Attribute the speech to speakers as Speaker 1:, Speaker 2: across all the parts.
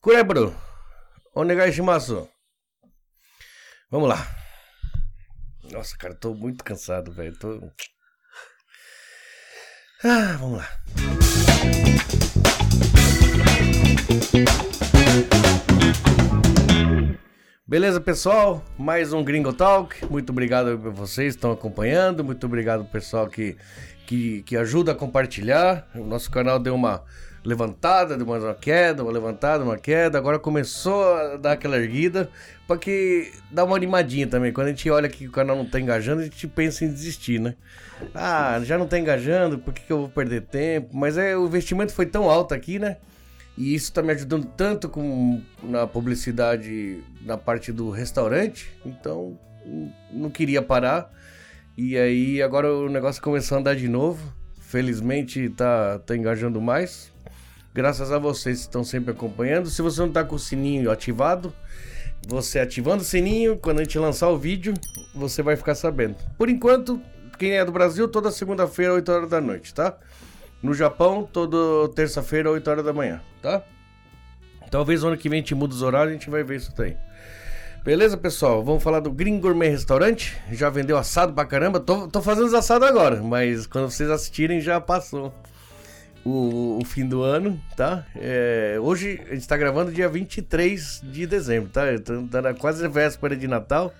Speaker 1: Kurebro, é onegaishimasu. Vamos lá. Nossa, cara, eu tô muito cansado, velho. Tô... Ah, vamos lá. Beleza, pessoal? Mais um Gringo Talk. Muito obrigado a vocês que estão acompanhando. Muito obrigado, pessoal, que, que, que ajuda a compartilhar. O nosso canal deu uma levantada, deu mais uma queda, uma levantada, uma queda. Agora começou a dar aquela erguida para que dá uma animadinha também. Quando a gente olha que o canal não tá engajando, a gente pensa em desistir, né? Ah, já não tá engajando, por que, que eu vou perder tempo? Mas é, o investimento foi tão alto aqui, né? E isso tá me ajudando tanto com, na publicidade, na parte do restaurante. Então, n- não queria parar. E aí, agora o negócio começou a andar de novo. Felizmente, tá, tá engajando mais. Graças a vocês que estão sempre acompanhando. Se você não tá com o sininho ativado, você ativando o sininho, quando a gente lançar o vídeo, você vai ficar sabendo. Por enquanto, quem é do Brasil, toda segunda-feira, 8 horas da noite, tá? No Japão, toda terça-feira, 8 horas da manhã, tá? Talvez ano que vem a gente muda os horários, a gente vai ver isso daí. Beleza, pessoal? Vamos falar do Green Gourmet Restaurante. Já vendeu assado pra caramba. Tô, tô fazendo os assados agora, mas quando vocês assistirem já passou o, o fim do ano, tá? É, hoje a gente tá gravando dia 23 de dezembro, tá? Eu tô- Tá na quase véspera de Natal.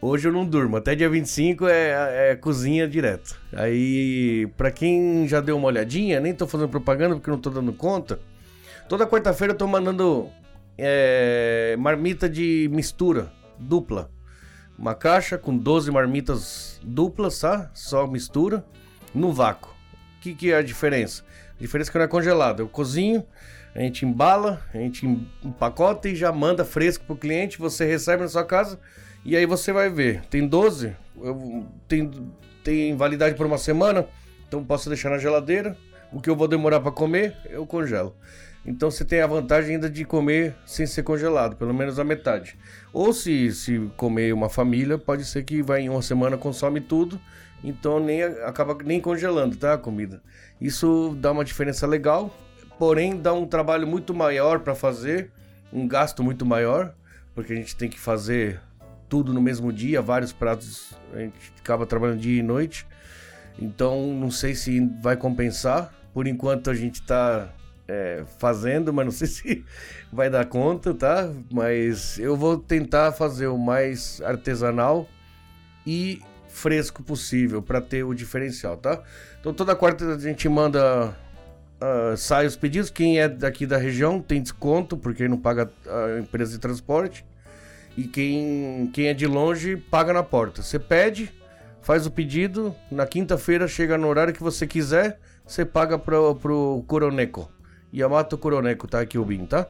Speaker 1: Hoje eu não durmo, até dia 25 é, é cozinha direto. Aí, pra quem já deu uma olhadinha, nem tô fazendo propaganda porque não tô dando conta. Toda quarta-feira eu tô mandando é, marmita de mistura dupla. Uma caixa com 12 marmitas duplas, tá? Só mistura, no vácuo. O que, que é a diferença? A diferença é que não é congelado. Eu cozinho, a gente embala, a gente em- empacota e já manda fresco pro cliente. Você recebe na sua casa e aí você vai ver. Tem 12, eu- tem, tem validade por uma semana, então posso deixar na geladeira. O que eu vou demorar para comer, eu congelo. Então você tem a vantagem ainda de comer sem ser congelado, pelo menos a metade. Ou se, se comer uma família, pode ser que vai em uma semana, consome tudo, então nem acaba nem congelando, tá? A comida. Isso dá uma diferença legal, porém dá um trabalho muito maior para fazer, um gasto muito maior, porque a gente tem que fazer tudo no mesmo dia, vários pratos, a gente acaba trabalhando dia e noite. Então não sei se vai compensar. Por enquanto a gente tá é, fazendo, mas não sei se vai dar conta, tá? Mas eu vou tentar fazer o mais artesanal e fresco possível para ter o diferencial, tá? Então toda quarta a gente manda ah, sai os pedidos. Quem é daqui da região tem desconto porque não paga a empresa de transporte. E quem, quem é de longe paga na porta. Você pede, faz o pedido, na quinta-feira chega no horário que você quiser, você paga pro, pro Coroneco. Yamato Coroneco tá aqui o BIM, tá?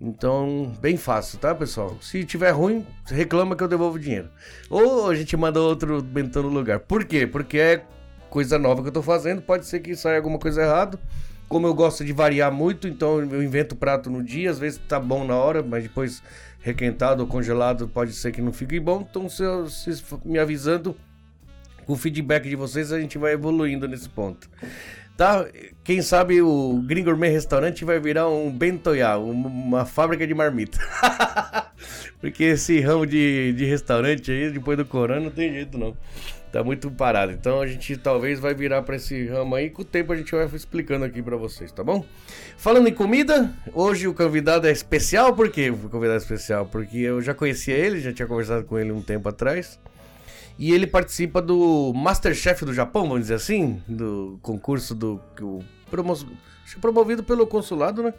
Speaker 1: Então, bem fácil, tá, pessoal? Se tiver ruim, reclama que eu devolvo o dinheiro. Ou a gente manda outro bentão no lugar. Por quê? Porque é coisa nova que eu tô fazendo, pode ser que saia alguma coisa errada. Como eu gosto de variar muito, então eu invento prato no dia, às vezes tá bom na hora, mas depois requentado ou congelado pode ser que não fique bom. Então, se eu- vocês f- me avisando, com o feedback de vocês, a gente vai evoluindo nesse ponto. Tá? Quem sabe o Green Gourmet Restaurante vai virar um bentoyá, um- uma fábrica de marmita. Porque esse ramo de, de restaurante aí, depois do corona, não tem jeito não. Tá muito parado. Então a gente talvez vai virar pra esse ramo aí. Com o tempo a gente vai explicando aqui pra vocês, tá bom? Falando em comida, hoje o convidado é especial. Por quê? O convidado é especial? Porque eu já conhecia ele, já tinha conversado com ele um tempo atrás. E ele participa do Masterchef do Japão, vamos dizer assim, do concurso do. que o promo- acho que promovido pelo consulado, né?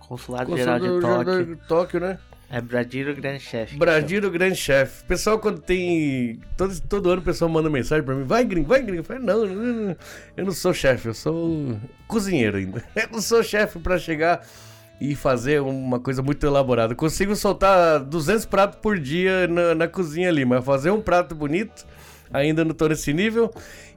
Speaker 2: Consulado
Speaker 1: Consulado
Speaker 2: Geral de
Speaker 1: Geral
Speaker 2: Tóquio.
Speaker 1: de Tóquio, né?
Speaker 2: É Bradiro Grande Chefe.
Speaker 1: Bradiro Grande Chefe. Pessoal, quando tem. Todo, todo ano o pessoal manda mensagem pra mim: vai gringo, vai gringo. Eu falei: não, eu não- eu não sou chefe, eu sou um cozinheiro ainda. Eu não sou chefe pra chegar e fazer uma coisa muito elaborada. Eu Consigo soltar 200 pratos por dia na, na cozinha ali, mas fazer um prato bonito, ainda não tô nesse nível.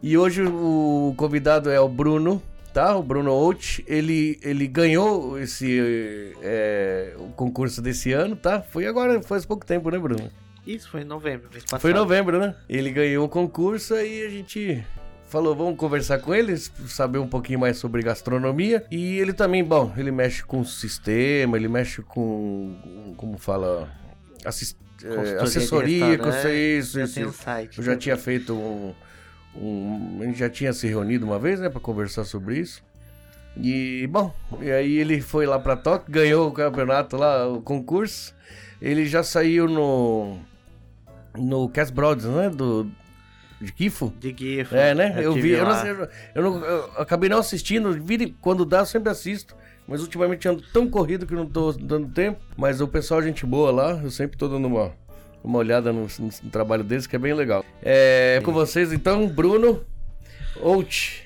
Speaker 1: E hoje o convidado é o Bruno. Tá, o Bruno Olt, ele, ele ganhou esse eh, o concurso desse ano, tá? Foi agora, faz pouco tempo, né, Bruno?
Speaker 2: Isso foi em novembro, mês
Speaker 1: Foi em
Speaker 2: passado.
Speaker 1: novembro, né? Ele ganhou o concurso e a gente falou, vamos conversar com ele, saber um pouquinho mais sobre gastronomia. E ele também, bom, ele mexe com sistema, ele mexe com, como fala, assist, eh,
Speaker 2: Consultoria de
Speaker 1: assessoria, com isso, isso,
Speaker 2: restaurante, já
Speaker 1: isso.
Speaker 2: tem o site.
Speaker 1: Eu já
Speaker 2: né?
Speaker 1: tinha feito um, um- A gente já tinha se reunido uma vez, né, pra conversar sobre isso. E, bom, e aí ele foi lá pra Tóquio, ganhou o campeonato lá, o concurso. Ele já saiu no. No Cass Brothers, né? Do. De Kifo?
Speaker 2: De GIF.
Speaker 1: É, né? Eu, vi.
Speaker 2: tive
Speaker 1: Eu, não,
Speaker 2: lá.
Speaker 1: sei, eu, não- eu acabei não assistindo. vira e- Quando dá, eu sempre assisto. Mas ultimamente ando tão corrido que não tô dando tempo. Mas o pessoal, é gente boa lá, eu sempre tô dando uma, uma olhada no, no- no trabalho deles, que é bem legal. É, com vocês então, Bruno Out.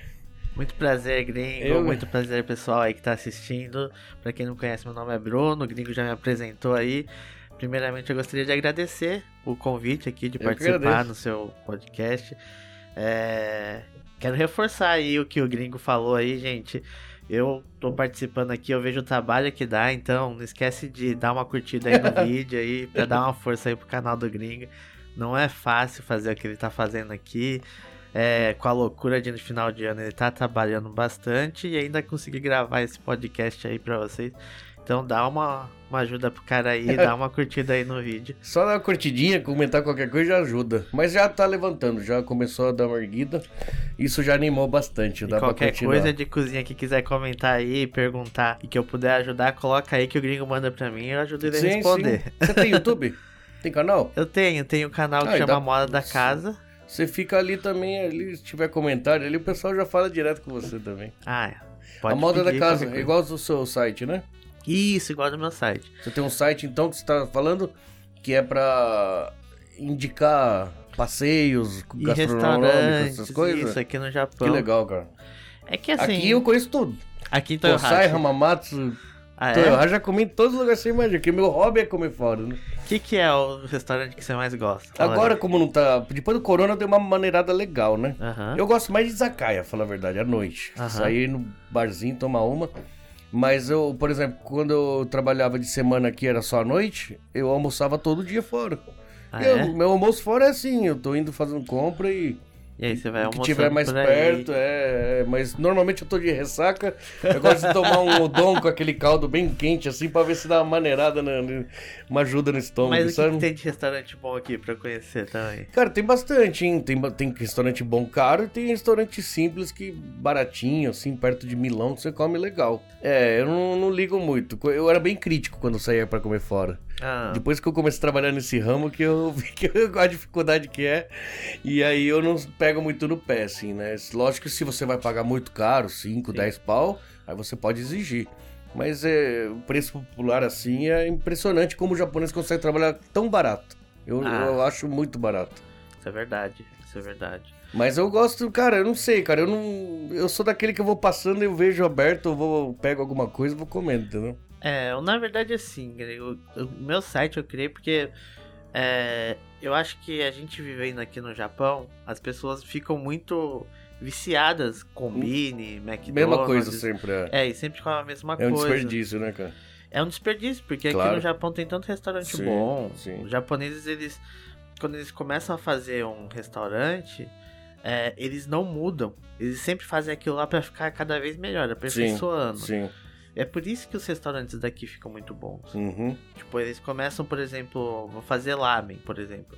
Speaker 2: Muito prazer, gringo.
Speaker 1: Eu-
Speaker 2: Muito prazer, pessoal aí que tá assistindo. Pra quem não conhece, meu nome é Bruno. O gringo já me apresentou aí. Primeiramente, eu gostaria de agradecer o convite aqui de
Speaker 1: Eu que
Speaker 2: participar
Speaker 1: agradeço.
Speaker 2: no seu podcast. É, Quero reforçar aí o que o gringo falou aí, gente. Eu tô participando aqui, eu vejo o trabalho que dá, então não esquece de dar uma curtida aí no vídeo aí, pra dar uma força aí pro canal do gringo. Não é fácil fazer o que ele tá fazendo aqui. É, com a loucura de final de ano, ele tá trabalhando bastante e ainda consegui gravar esse podcast aí pra vocês. Então dá uma, uma ajuda pro cara
Speaker 1: É.
Speaker 2: aí, dá uma curtida aí no vídeo.
Speaker 1: Só dar uma curtidinha, comentar qualquer coisa já ajuda. Mas já tá levantando, já começou a dar uma erguida. Isso já animou bastante.
Speaker 2: E
Speaker 1: dá pra
Speaker 2: qualquer
Speaker 1: continuar.
Speaker 2: coisa é de cozinha que quiser comentar aí, perguntar e que eu puder ajudar, coloca aí que o gringo manda pra mim e eu ajudo ele a
Speaker 1: Sim,
Speaker 2: responder.
Speaker 1: sim. Você tem YouTube? tem canal?
Speaker 2: Eu tenho, tenho um canal que
Speaker 1: Ah, e
Speaker 2: chama
Speaker 1: dá-
Speaker 2: Moda da Casa.
Speaker 1: Você fica ali também, ali, se tiver comentário ali, o pessoal já fala direto com você também.
Speaker 2: Ah, pode
Speaker 1: a moda da
Speaker 2: pedir
Speaker 1: casa,
Speaker 2: qualquer coisa.
Speaker 1: igual o seu site, né?
Speaker 2: Isso, igual do meu site.
Speaker 1: Você tem um site então que você tá falando que é pra indicar passeios
Speaker 2: E
Speaker 1: gastronômicos, essas
Speaker 2: restaurantes,
Speaker 1: coisas.
Speaker 2: isso aqui no
Speaker 1: que
Speaker 2: Japão.
Speaker 1: legal, cara.
Speaker 2: É que assim,
Speaker 1: Aqui eu conheço tudo.
Speaker 2: aqui em
Speaker 1: Kosai,
Speaker 2: Toyohashi.
Speaker 1: Hamamatsu,
Speaker 2: Ah, é?
Speaker 1: Toyohashi, já comi em todos os lugares que você imagina, porque meu hobby é comer fora, né?
Speaker 2: O que, que é o restaurante que você mais gosta? Fala
Speaker 1: Agora,
Speaker 2: aí.
Speaker 1: como não tá... Depois do corona, deu uma maneirada legal, né?
Speaker 2: Aham.
Speaker 1: Eu gosto mais de izakaya, falar a verdade, à noite.
Speaker 2: Aham.
Speaker 1: Sair no barzinho, tomar uma. Mas eu, por exemplo, quando eu trabalhava de semana aqui, era só à noite, eu almoçava todo dia fora.
Speaker 2: Ah,
Speaker 1: Eu-
Speaker 2: é?
Speaker 1: Meu almoço fora é assim, eu tô indo fazendo compra e
Speaker 2: E aí você vai
Speaker 1: o que
Speaker 2: almoçando
Speaker 1: tiver mais
Speaker 2: por aí.
Speaker 1: perto, é, é, Mas normalmente eu tô de ressaca. Eu gosto de tomar um odon com aquele caldo bem quente, assim, pra ver se dá uma maneirada, na- na- uma ajuda no estômago,
Speaker 2: Mas o que
Speaker 1: sabe?
Speaker 2: que, tem de restaurante bom aqui pra eu conhecer também?
Speaker 1: Cara, tem bastante, hein? Tem, ba- tem restaurante bom caro e tem restaurante simples que baratinho, assim, perto de Milão, que você come legal. É, eu não, não ligo muito. Co- Eu era bem crítico quando saía pra comer fora.
Speaker 2: Ah,
Speaker 1: Depois que eu comecei a trabalhar nesse ramo, que eu vi que eu- a dificuldade que é. E aí eu não pego muito no pé, assim, né? Lógico que se você vai pagar muito caro, 5,
Speaker 2: Sim.
Speaker 1: 10 pau, aí você pode exigir. Mas é, o preço popular, assim, é impressionante como o japonês consegue trabalhar tão barato. Eu-
Speaker 2: Ah.
Speaker 1: eu acho muito barato.
Speaker 2: isso é verdade, isso é verdade.
Speaker 1: Mas eu gosto, cara, eu não sei, cara, eu não. Eu sou daquele que eu vou passando, eu vejo aberto, eu vou pego alguma coisa e vou comendo, entendeu?
Speaker 2: É, eu, na verdade, assim, eu- o meu site eu criei porque é, eu acho que a gente vivendo aqui no Japão, as pessoas ficam muito viciadas. Combine, McDonald's.
Speaker 1: Hum. Mesma coisa sempre. É,
Speaker 2: É, e sempre com a mesma
Speaker 1: é um
Speaker 2: coisa.
Speaker 1: desperdício, né, cara?
Speaker 2: É um desperdício, porque
Speaker 1: Claro.
Speaker 2: aqui no Japão tem tanto restaurante
Speaker 1: Sim,
Speaker 2: bom.
Speaker 1: sim.
Speaker 2: Os japoneses, eles, quando eles começam a fazer um restaurante, é, eles não mudam. Eles sempre fazem aquilo lá pra ficar cada vez melhor, aperfeiçoando.
Speaker 1: Sim.
Speaker 2: É por isso que os restaurantes daqui ficam muito bons.
Speaker 1: Uhum.
Speaker 2: Tipo, eles começam, por exemplo, vou fazer lamen, por exemplo.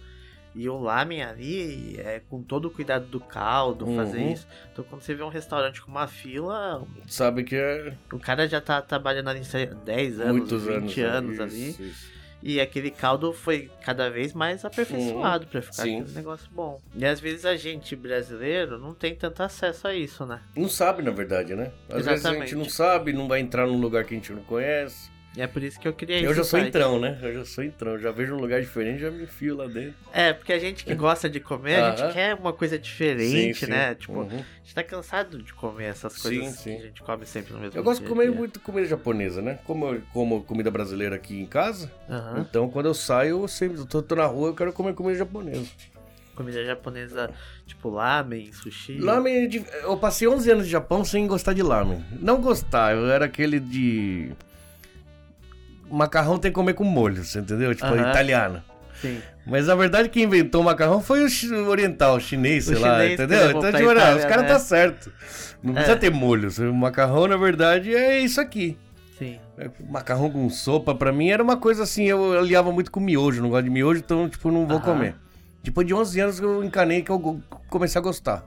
Speaker 2: E o lamen ali é com todo o cuidado do caldo,
Speaker 1: Uhum.
Speaker 2: fazer isso. Então quando você vê um restaurante com uma fila,
Speaker 1: Sabe que é
Speaker 2: o cara já tá trabalhando ali sei lá, 10 anos,
Speaker 1: muitos
Speaker 2: 20
Speaker 1: anos.
Speaker 2: anos,
Speaker 1: né?
Speaker 2: ali.
Speaker 1: Isso, isso.
Speaker 2: E aquele caldo foi cada vez mais aperfeiçoado pra ficar
Speaker 1: Sim.
Speaker 2: aquele negócio bom. E às vezes a gente brasileiro não tem tanto acesso a isso, né?
Speaker 1: Não sabe, na verdade, né? Às vezes a gente
Speaker 2: Exatamente.
Speaker 1: não sabe, não vai entrar num lugar que a gente não conhece.
Speaker 2: E é por isso que eu criei
Speaker 1: eu
Speaker 2: esse
Speaker 1: já sou
Speaker 2: site.
Speaker 1: entrão, né? Eu já sou entrão. Já vejo um lugar diferente, já me enfio lá dentro.
Speaker 2: É, porque a gente que gosta de comer, a gente
Speaker 1: Aham.
Speaker 2: quer uma coisa diferente,
Speaker 1: Sim, sim.
Speaker 2: né? Tipo,
Speaker 1: Uhum.
Speaker 2: a gente tá cansado de comer essas
Speaker 1: Sim,
Speaker 2: coisas
Speaker 1: sim.
Speaker 2: que a gente come sempre no mesmo
Speaker 1: Eu gosto de
Speaker 2: dia
Speaker 1: comer
Speaker 2: a dia.
Speaker 1: muito comida japonesa, né? Como eu como comida brasileira aqui em casa,
Speaker 2: Aham.
Speaker 1: Então, quando eu saio, eu sempre eu tô, tô na rua, eu quero comer comida japonesa.
Speaker 2: Comida japonesa, tipo lamen, sushi.
Speaker 1: Lamen, é de- eu passei 11 anos de Japão sem gostar de lamen. Não gostar, eu era aquele de... Macarrão tem que comer com molho, você entendeu? Tipo,
Speaker 2: Aham.
Speaker 1: italiano.
Speaker 2: Sim.
Speaker 1: Mas na verdade quem inventou o macarrão foi o chi- oriental, o chinês, sei
Speaker 2: O
Speaker 1: lá,
Speaker 2: chinês que
Speaker 1: entendeu?
Speaker 2: levou
Speaker 1: Então,
Speaker 2: pra
Speaker 1: tipo, não, os
Speaker 2: Itália,
Speaker 1: caras
Speaker 2: né? É.
Speaker 1: tá certo. Não precisa ter molho. O macarrão, na verdade, é isso aqui.
Speaker 2: Sim.
Speaker 1: É, Macarrão com sopa, pra mim, era uma coisa assim, eu aliava muito com miojo, não gosto de miojo, então, tipo, não vou
Speaker 2: Aham.
Speaker 1: comer. Depois de 11 anos que eu encanei que eu go- comecei a gostar.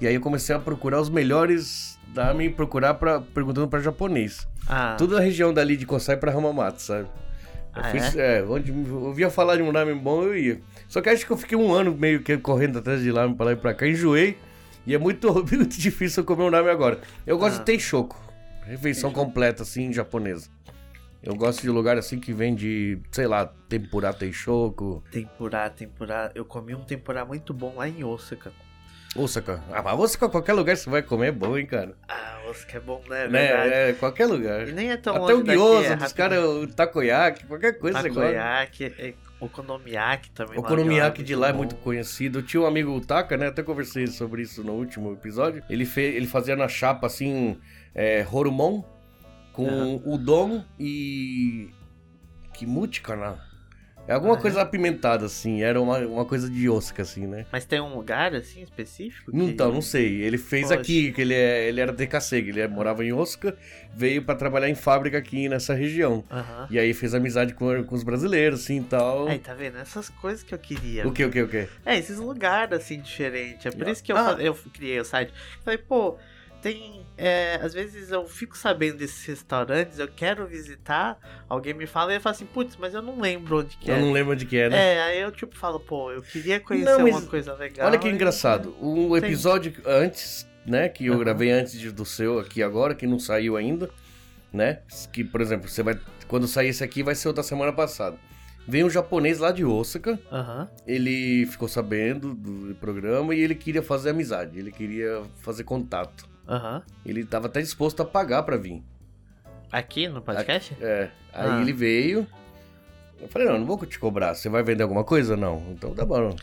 Speaker 1: E aí eu comecei a procurar os melhores da me procurar pra, perguntando pra japonês.
Speaker 2: Ah,
Speaker 1: Tudo na região dali de Kosai pra Hamamatsu, sabe? Eu
Speaker 2: Ah,
Speaker 1: fui- é, onde eu ouvia falar de um nome bom, eu ia. Só que acho que eu fiquei um ano meio que correndo atrás de lá, pra lá e pra cá, enjoei. E é muito, muito difícil eu comer um nome agora. Eu gosto
Speaker 2: Ah.
Speaker 1: de Teishoku. Refeição completa, assim, japonesa. Eu gosto de lugar assim que vende, sei lá, tempurá Teishoku,
Speaker 2: tempurá, tempurá. Eu comi um tempurá muito bom lá em Osaka.
Speaker 1: Osaka. Ah, mas Osaka, qualquer lugar que você vai comer é bom, hein, cara?
Speaker 2: Ah, Osaka é bom, né? É verdade.
Speaker 1: Né? É, qualquer lugar.
Speaker 2: E nem é tão
Speaker 1: Até
Speaker 2: longe
Speaker 1: o gyoza
Speaker 2: daqui, é
Speaker 1: dos caras, o takoyaki, qualquer coisa você gosta.
Speaker 2: Takoyaki, é, okonomiyaki também.
Speaker 1: O
Speaker 2: lá
Speaker 1: Konomiaki de lá é
Speaker 2: bom.
Speaker 1: muito conhecido. Eu tinha um amigo, o Taka, né? Até conversei sobre isso no último episódio. Ele, fe... ele fazia na chapa, assim, é, Horumon com
Speaker 2: Aham.
Speaker 1: Udon e... Kimuchi, cara? É alguma
Speaker 2: Ah, é?
Speaker 1: coisa apimentada, assim. Era uma, uma coisa de Osaka, assim, né?
Speaker 2: Mas tem um lugar, assim, específico?
Speaker 1: Não,
Speaker 2: que-
Speaker 1: então, não sei. Ele fez
Speaker 2: Poxa.
Speaker 1: aqui, que ele, é- ele era de Kaseg, ele é- morava em Osaka, veio pra trabalhar em fábrica aqui nessa região.
Speaker 2: Aham.
Speaker 1: E aí fez amizade com, com os brasileiros, assim, e tal.
Speaker 2: Aí, tá vendo? Essas coisas que eu queria.
Speaker 1: O que, o que, o que?
Speaker 2: É, esses lugares assim diferentes. É por isso que eu,
Speaker 1: Ah.
Speaker 2: fa- eu criei o site. Falei, pô, tem. é, às vezes eu fico sabendo desses restaurantes, eu quero visitar, alguém me fala e eu falo assim, putz, mas eu não lembro onde que
Speaker 1: Eu
Speaker 2: é.
Speaker 1: não lembro de que né? era.
Speaker 2: É, aí eu tipo falo, pô, eu queria conhecer
Speaker 1: Não, mas
Speaker 2: uma coisa legal. né?"
Speaker 1: Olha que
Speaker 2: e-
Speaker 1: engraçado. Um
Speaker 2: Sim.
Speaker 1: episódio antes, né? Que eu
Speaker 2: Aham.
Speaker 1: gravei antes de- do seu aqui agora, que não saiu ainda, né? Que, por exemplo, você vai. Quando sair esse aqui, vai ser o da semana passada. Veio um japonês lá de Osaka,
Speaker 2: Aham.
Speaker 1: ele ficou sabendo do programa e ele queria fazer amizade, ele queria fazer contato.
Speaker 2: Aham.
Speaker 1: Ele tava até disposto a pagar pra vir.
Speaker 2: Aqui no podcast?
Speaker 1: É. Aí
Speaker 2: Ah.
Speaker 1: ele veio. Eu falei, não, não vou te cobrar. Você vai vender alguma coisa? Não. Então tá bom.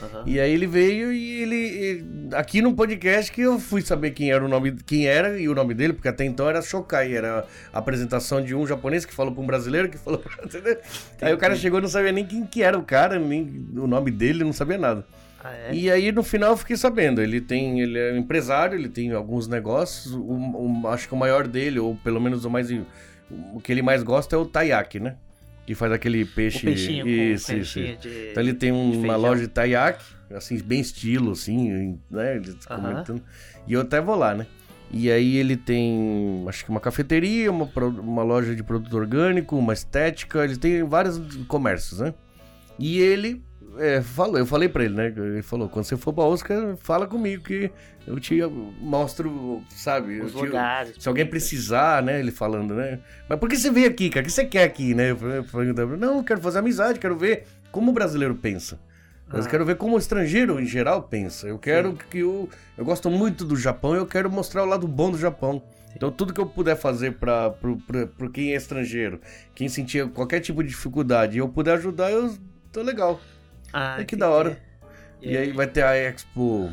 Speaker 2: Aham.
Speaker 1: E aí ele veio e ele. e- Aqui no podcast que eu fui saber quem era o nome. Quem era e o nome dele, porque até então era Shokai, era a apresentação de um japonês que falou pra um brasileiro que falou pra. Entendeu? Aí o cara chegou e não sabia nem quem que era o cara, nem o nome dele, não sabia nada.
Speaker 2: Ah, é?
Speaker 1: E aí no final eu fiquei sabendo. Ele tem. Ele é um empresário, ele tem alguns negócios. O, o- acho que o maior dele, ou pelo menos o mais. O que ele mais gosta é o Taiyaki, né? Que faz aquele peixe.
Speaker 2: o peixinho com
Speaker 1: isso, isso.
Speaker 2: peixinho de.
Speaker 1: Então ele tem um-
Speaker 2: de
Speaker 1: uma
Speaker 2: feijão.
Speaker 1: loja de taiaque, assim, bem estilo, assim, né? Ele tá
Speaker 2: Aham.
Speaker 1: comentando. E eu até vou lá, né? E aí ele tem, acho que uma cafeteria, uma, pro- uma loja de produto orgânico, uma estética, ele tem vários comércios, né? E ele é, falou, eu falei pra ele, né? Ele falou, quando você for pra Oscar, fala comigo que eu te mostro, sabe?
Speaker 2: Os
Speaker 1: eu te-
Speaker 2: lugares.
Speaker 1: se alguém precisar, né? Ele falando, né? Mas por que você veio aqui, cara? O que você quer aqui, né? Eu perguntava, não, eu quero fazer amizade, quero ver como o brasileiro pensa. Mas eu
Speaker 2: Ah.
Speaker 1: quero ver como o estrangeiro, em geral, pensa. Eu quero que o... Eu gosto muito do Japão e eu quero mostrar o lado bom do Japão. Então, tudo que eu puder fazer para pro quem é estrangeiro, quem sentia qualquer tipo de dificuldade, e eu puder ajudar, eu tô legal.
Speaker 2: Ah, é?
Speaker 1: É que
Speaker 2: entendi.
Speaker 1: da hora. E aí vai ter a Expo,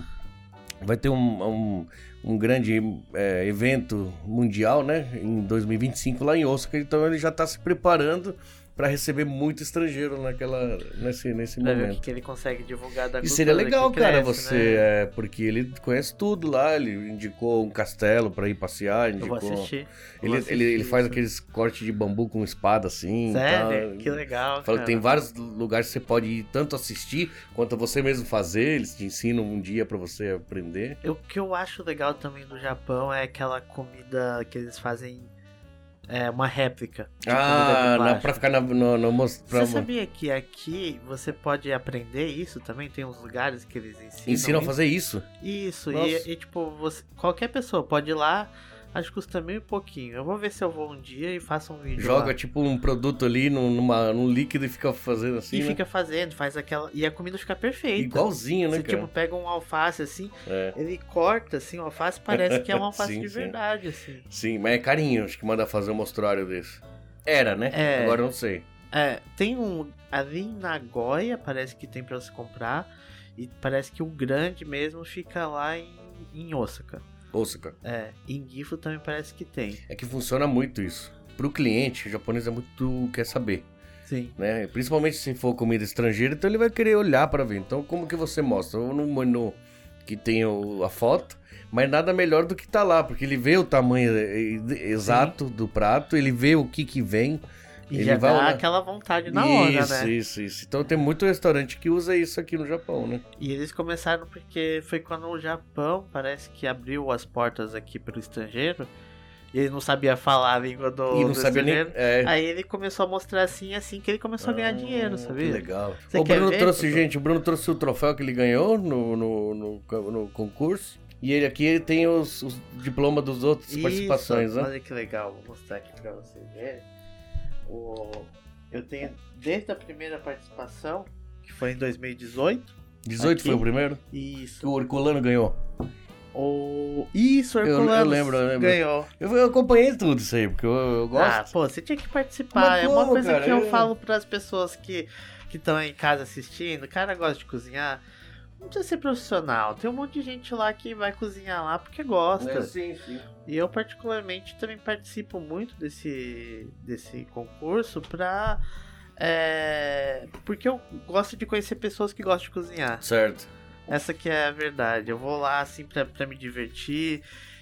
Speaker 1: vai ter um, um, um grande é, evento mundial, né? Em 2025 lá em Osaka. Então ele já está se preparando para receber muito estrangeiro naquela, nesse, nesse
Speaker 2: Pra ver o que,
Speaker 1: momento.
Speaker 2: que ele consegue divulgar da
Speaker 1: E
Speaker 2: cultura
Speaker 1: seria legal,
Speaker 2: que
Speaker 1: cara,
Speaker 2: cresce,
Speaker 1: você,
Speaker 2: né?
Speaker 1: é, porque ele conhece tudo lá, ele indicou um castelo para ir passear,
Speaker 2: Eu vou
Speaker 1: indicou...
Speaker 2: assistir.
Speaker 1: tipo, ele, ele,
Speaker 2: Vou
Speaker 1: ele
Speaker 2: assistir
Speaker 1: faz
Speaker 2: isso.
Speaker 1: aqueles cortes de bambu com espada, assim, e
Speaker 2: Sério?
Speaker 1: tal.
Speaker 2: Que legal.
Speaker 1: Fala que
Speaker 2: cara.
Speaker 1: tem vários lugares que você pode ir tanto assistir quanto você mesmo fazer. Eles te ensinam um dia pra você aprender.
Speaker 2: O que eu acho legal também do Japão é aquela comida que eles fazem. É uma réplica. de comida
Speaker 1: ah,
Speaker 2: de
Speaker 1: na-
Speaker 2: plástico.
Speaker 1: pra ficar na, no, no, mos- pra-
Speaker 2: Você sabia que aqui você pode aprender isso também? Tem uns lugares que eles ensinam.
Speaker 1: ensinam a
Speaker 2: isso?
Speaker 1: fazer isso.
Speaker 2: Isso,
Speaker 1: Nossa.
Speaker 2: e, e, tipo, você- qualquer pessoa pode ir lá, acho que custa meio e pouquinho. Eu vou ver se eu vou um dia e faço um vídeo.
Speaker 1: Joga
Speaker 2: lá.
Speaker 1: tipo um produto ali num, numa- num líquido e fica fazendo assim.
Speaker 2: E
Speaker 1: né?
Speaker 2: fica fazendo, faz aquela. E a comida fica perfeita.
Speaker 1: Igualzinho, né,
Speaker 2: Você,
Speaker 1: cara?
Speaker 2: tipo, pega um alface assim,
Speaker 1: É.
Speaker 2: ele corta assim, o alface parece que é um alface
Speaker 1: Sim,
Speaker 2: de
Speaker 1: sim.
Speaker 2: verdade, assim.
Speaker 1: Sim, mas é carinho, acho que manda fazer um mostruário desse. Era, né?
Speaker 2: É.
Speaker 1: Agora eu não sei.
Speaker 2: É, tem um. Ali em Nagoya parece que tem pra se comprar. E parece que o grande mesmo fica lá em, em Osaka.
Speaker 1: Ouça, cara.
Speaker 2: É, em Gifu também parece que tem.
Speaker 1: É que funciona muito isso. Pro cliente, o japonês é muito. quer saber.
Speaker 2: Sim.
Speaker 1: né? Principalmente se for comida estrangeira, então ele vai querer olhar para ver. Então, como que você mostra? Ou no menu que tem o- a foto, mas nada melhor do que tá lá, porque ele vê o tamanho eh, eh, exato do prato, ele vê o que que vem.
Speaker 2: E
Speaker 1: Ele
Speaker 2: já
Speaker 1: vai
Speaker 2: dá
Speaker 1: olhar.
Speaker 2: aquela vontade na hora,
Speaker 1: isso,
Speaker 2: né?
Speaker 1: isso, isso. Então tem muito restaurante que usa isso aqui no Japão, né?
Speaker 2: E eles começaram porque foi quando o Japão parece que abriu as portas aqui pro estrangeiro. E ele não sabia falar a língua
Speaker 1: e
Speaker 2: do,
Speaker 1: não
Speaker 2: do
Speaker 1: sabia nem. é.
Speaker 2: estrangeiro. Aí ele começou a mostrar assim, assim que ele começou a ganhar dinheiro,
Speaker 1: Ah,
Speaker 2: sabia?
Speaker 1: Que legal.
Speaker 2: Você
Speaker 1: o
Speaker 2: quer
Speaker 1: Bruno
Speaker 2: ver,
Speaker 1: trouxe,
Speaker 2: Dudu?
Speaker 1: gente, o Bruno trouxe o troféu que ele ganhou no, no, no- no concurso. E ele aqui ele tem os, os diplomas dos outros
Speaker 2: Isso,
Speaker 1: participações, né?
Speaker 2: Olha que legal, vou mostrar aqui pra vocês verem. O... Eu tenho desde a primeira participação, que foi em 2018.
Speaker 1: 18 foi
Speaker 2: Aqui.
Speaker 1: o primeiro? Que
Speaker 2: Isso.
Speaker 1: o Orcolano ganhou.
Speaker 2: O... Isso,
Speaker 1: Eu- eu
Speaker 2: Herculano
Speaker 1: lembro, eu lembro.
Speaker 2: ganhou.
Speaker 1: Eu, eu acompanhei tudo isso aí, porque eu, eu
Speaker 2: Ah,
Speaker 1: gosto.
Speaker 2: pô, você tinha que participar.
Speaker 1: Mas
Speaker 2: é uma
Speaker 1: como,
Speaker 2: coisa
Speaker 1: cara?
Speaker 2: que eu
Speaker 1: Eu-
Speaker 2: falo pras pessoas que que estão em casa assistindo. O cara gosta de cozinhar. Não precisa ser profissional. Tem um monte de gente lá que vai cozinhar lá porque gosta.
Speaker 1: É, sim, sim.
Speaker 2: E eu particularmente também participo muito desse, desse concurso pra. é, porque eu gosto de conhecer pessoas que gostam de cozinhar.
Speaker 1: Certo.
Speaker 2: Essa que é a verdade. Eu vou lá assim pra, pra me divertir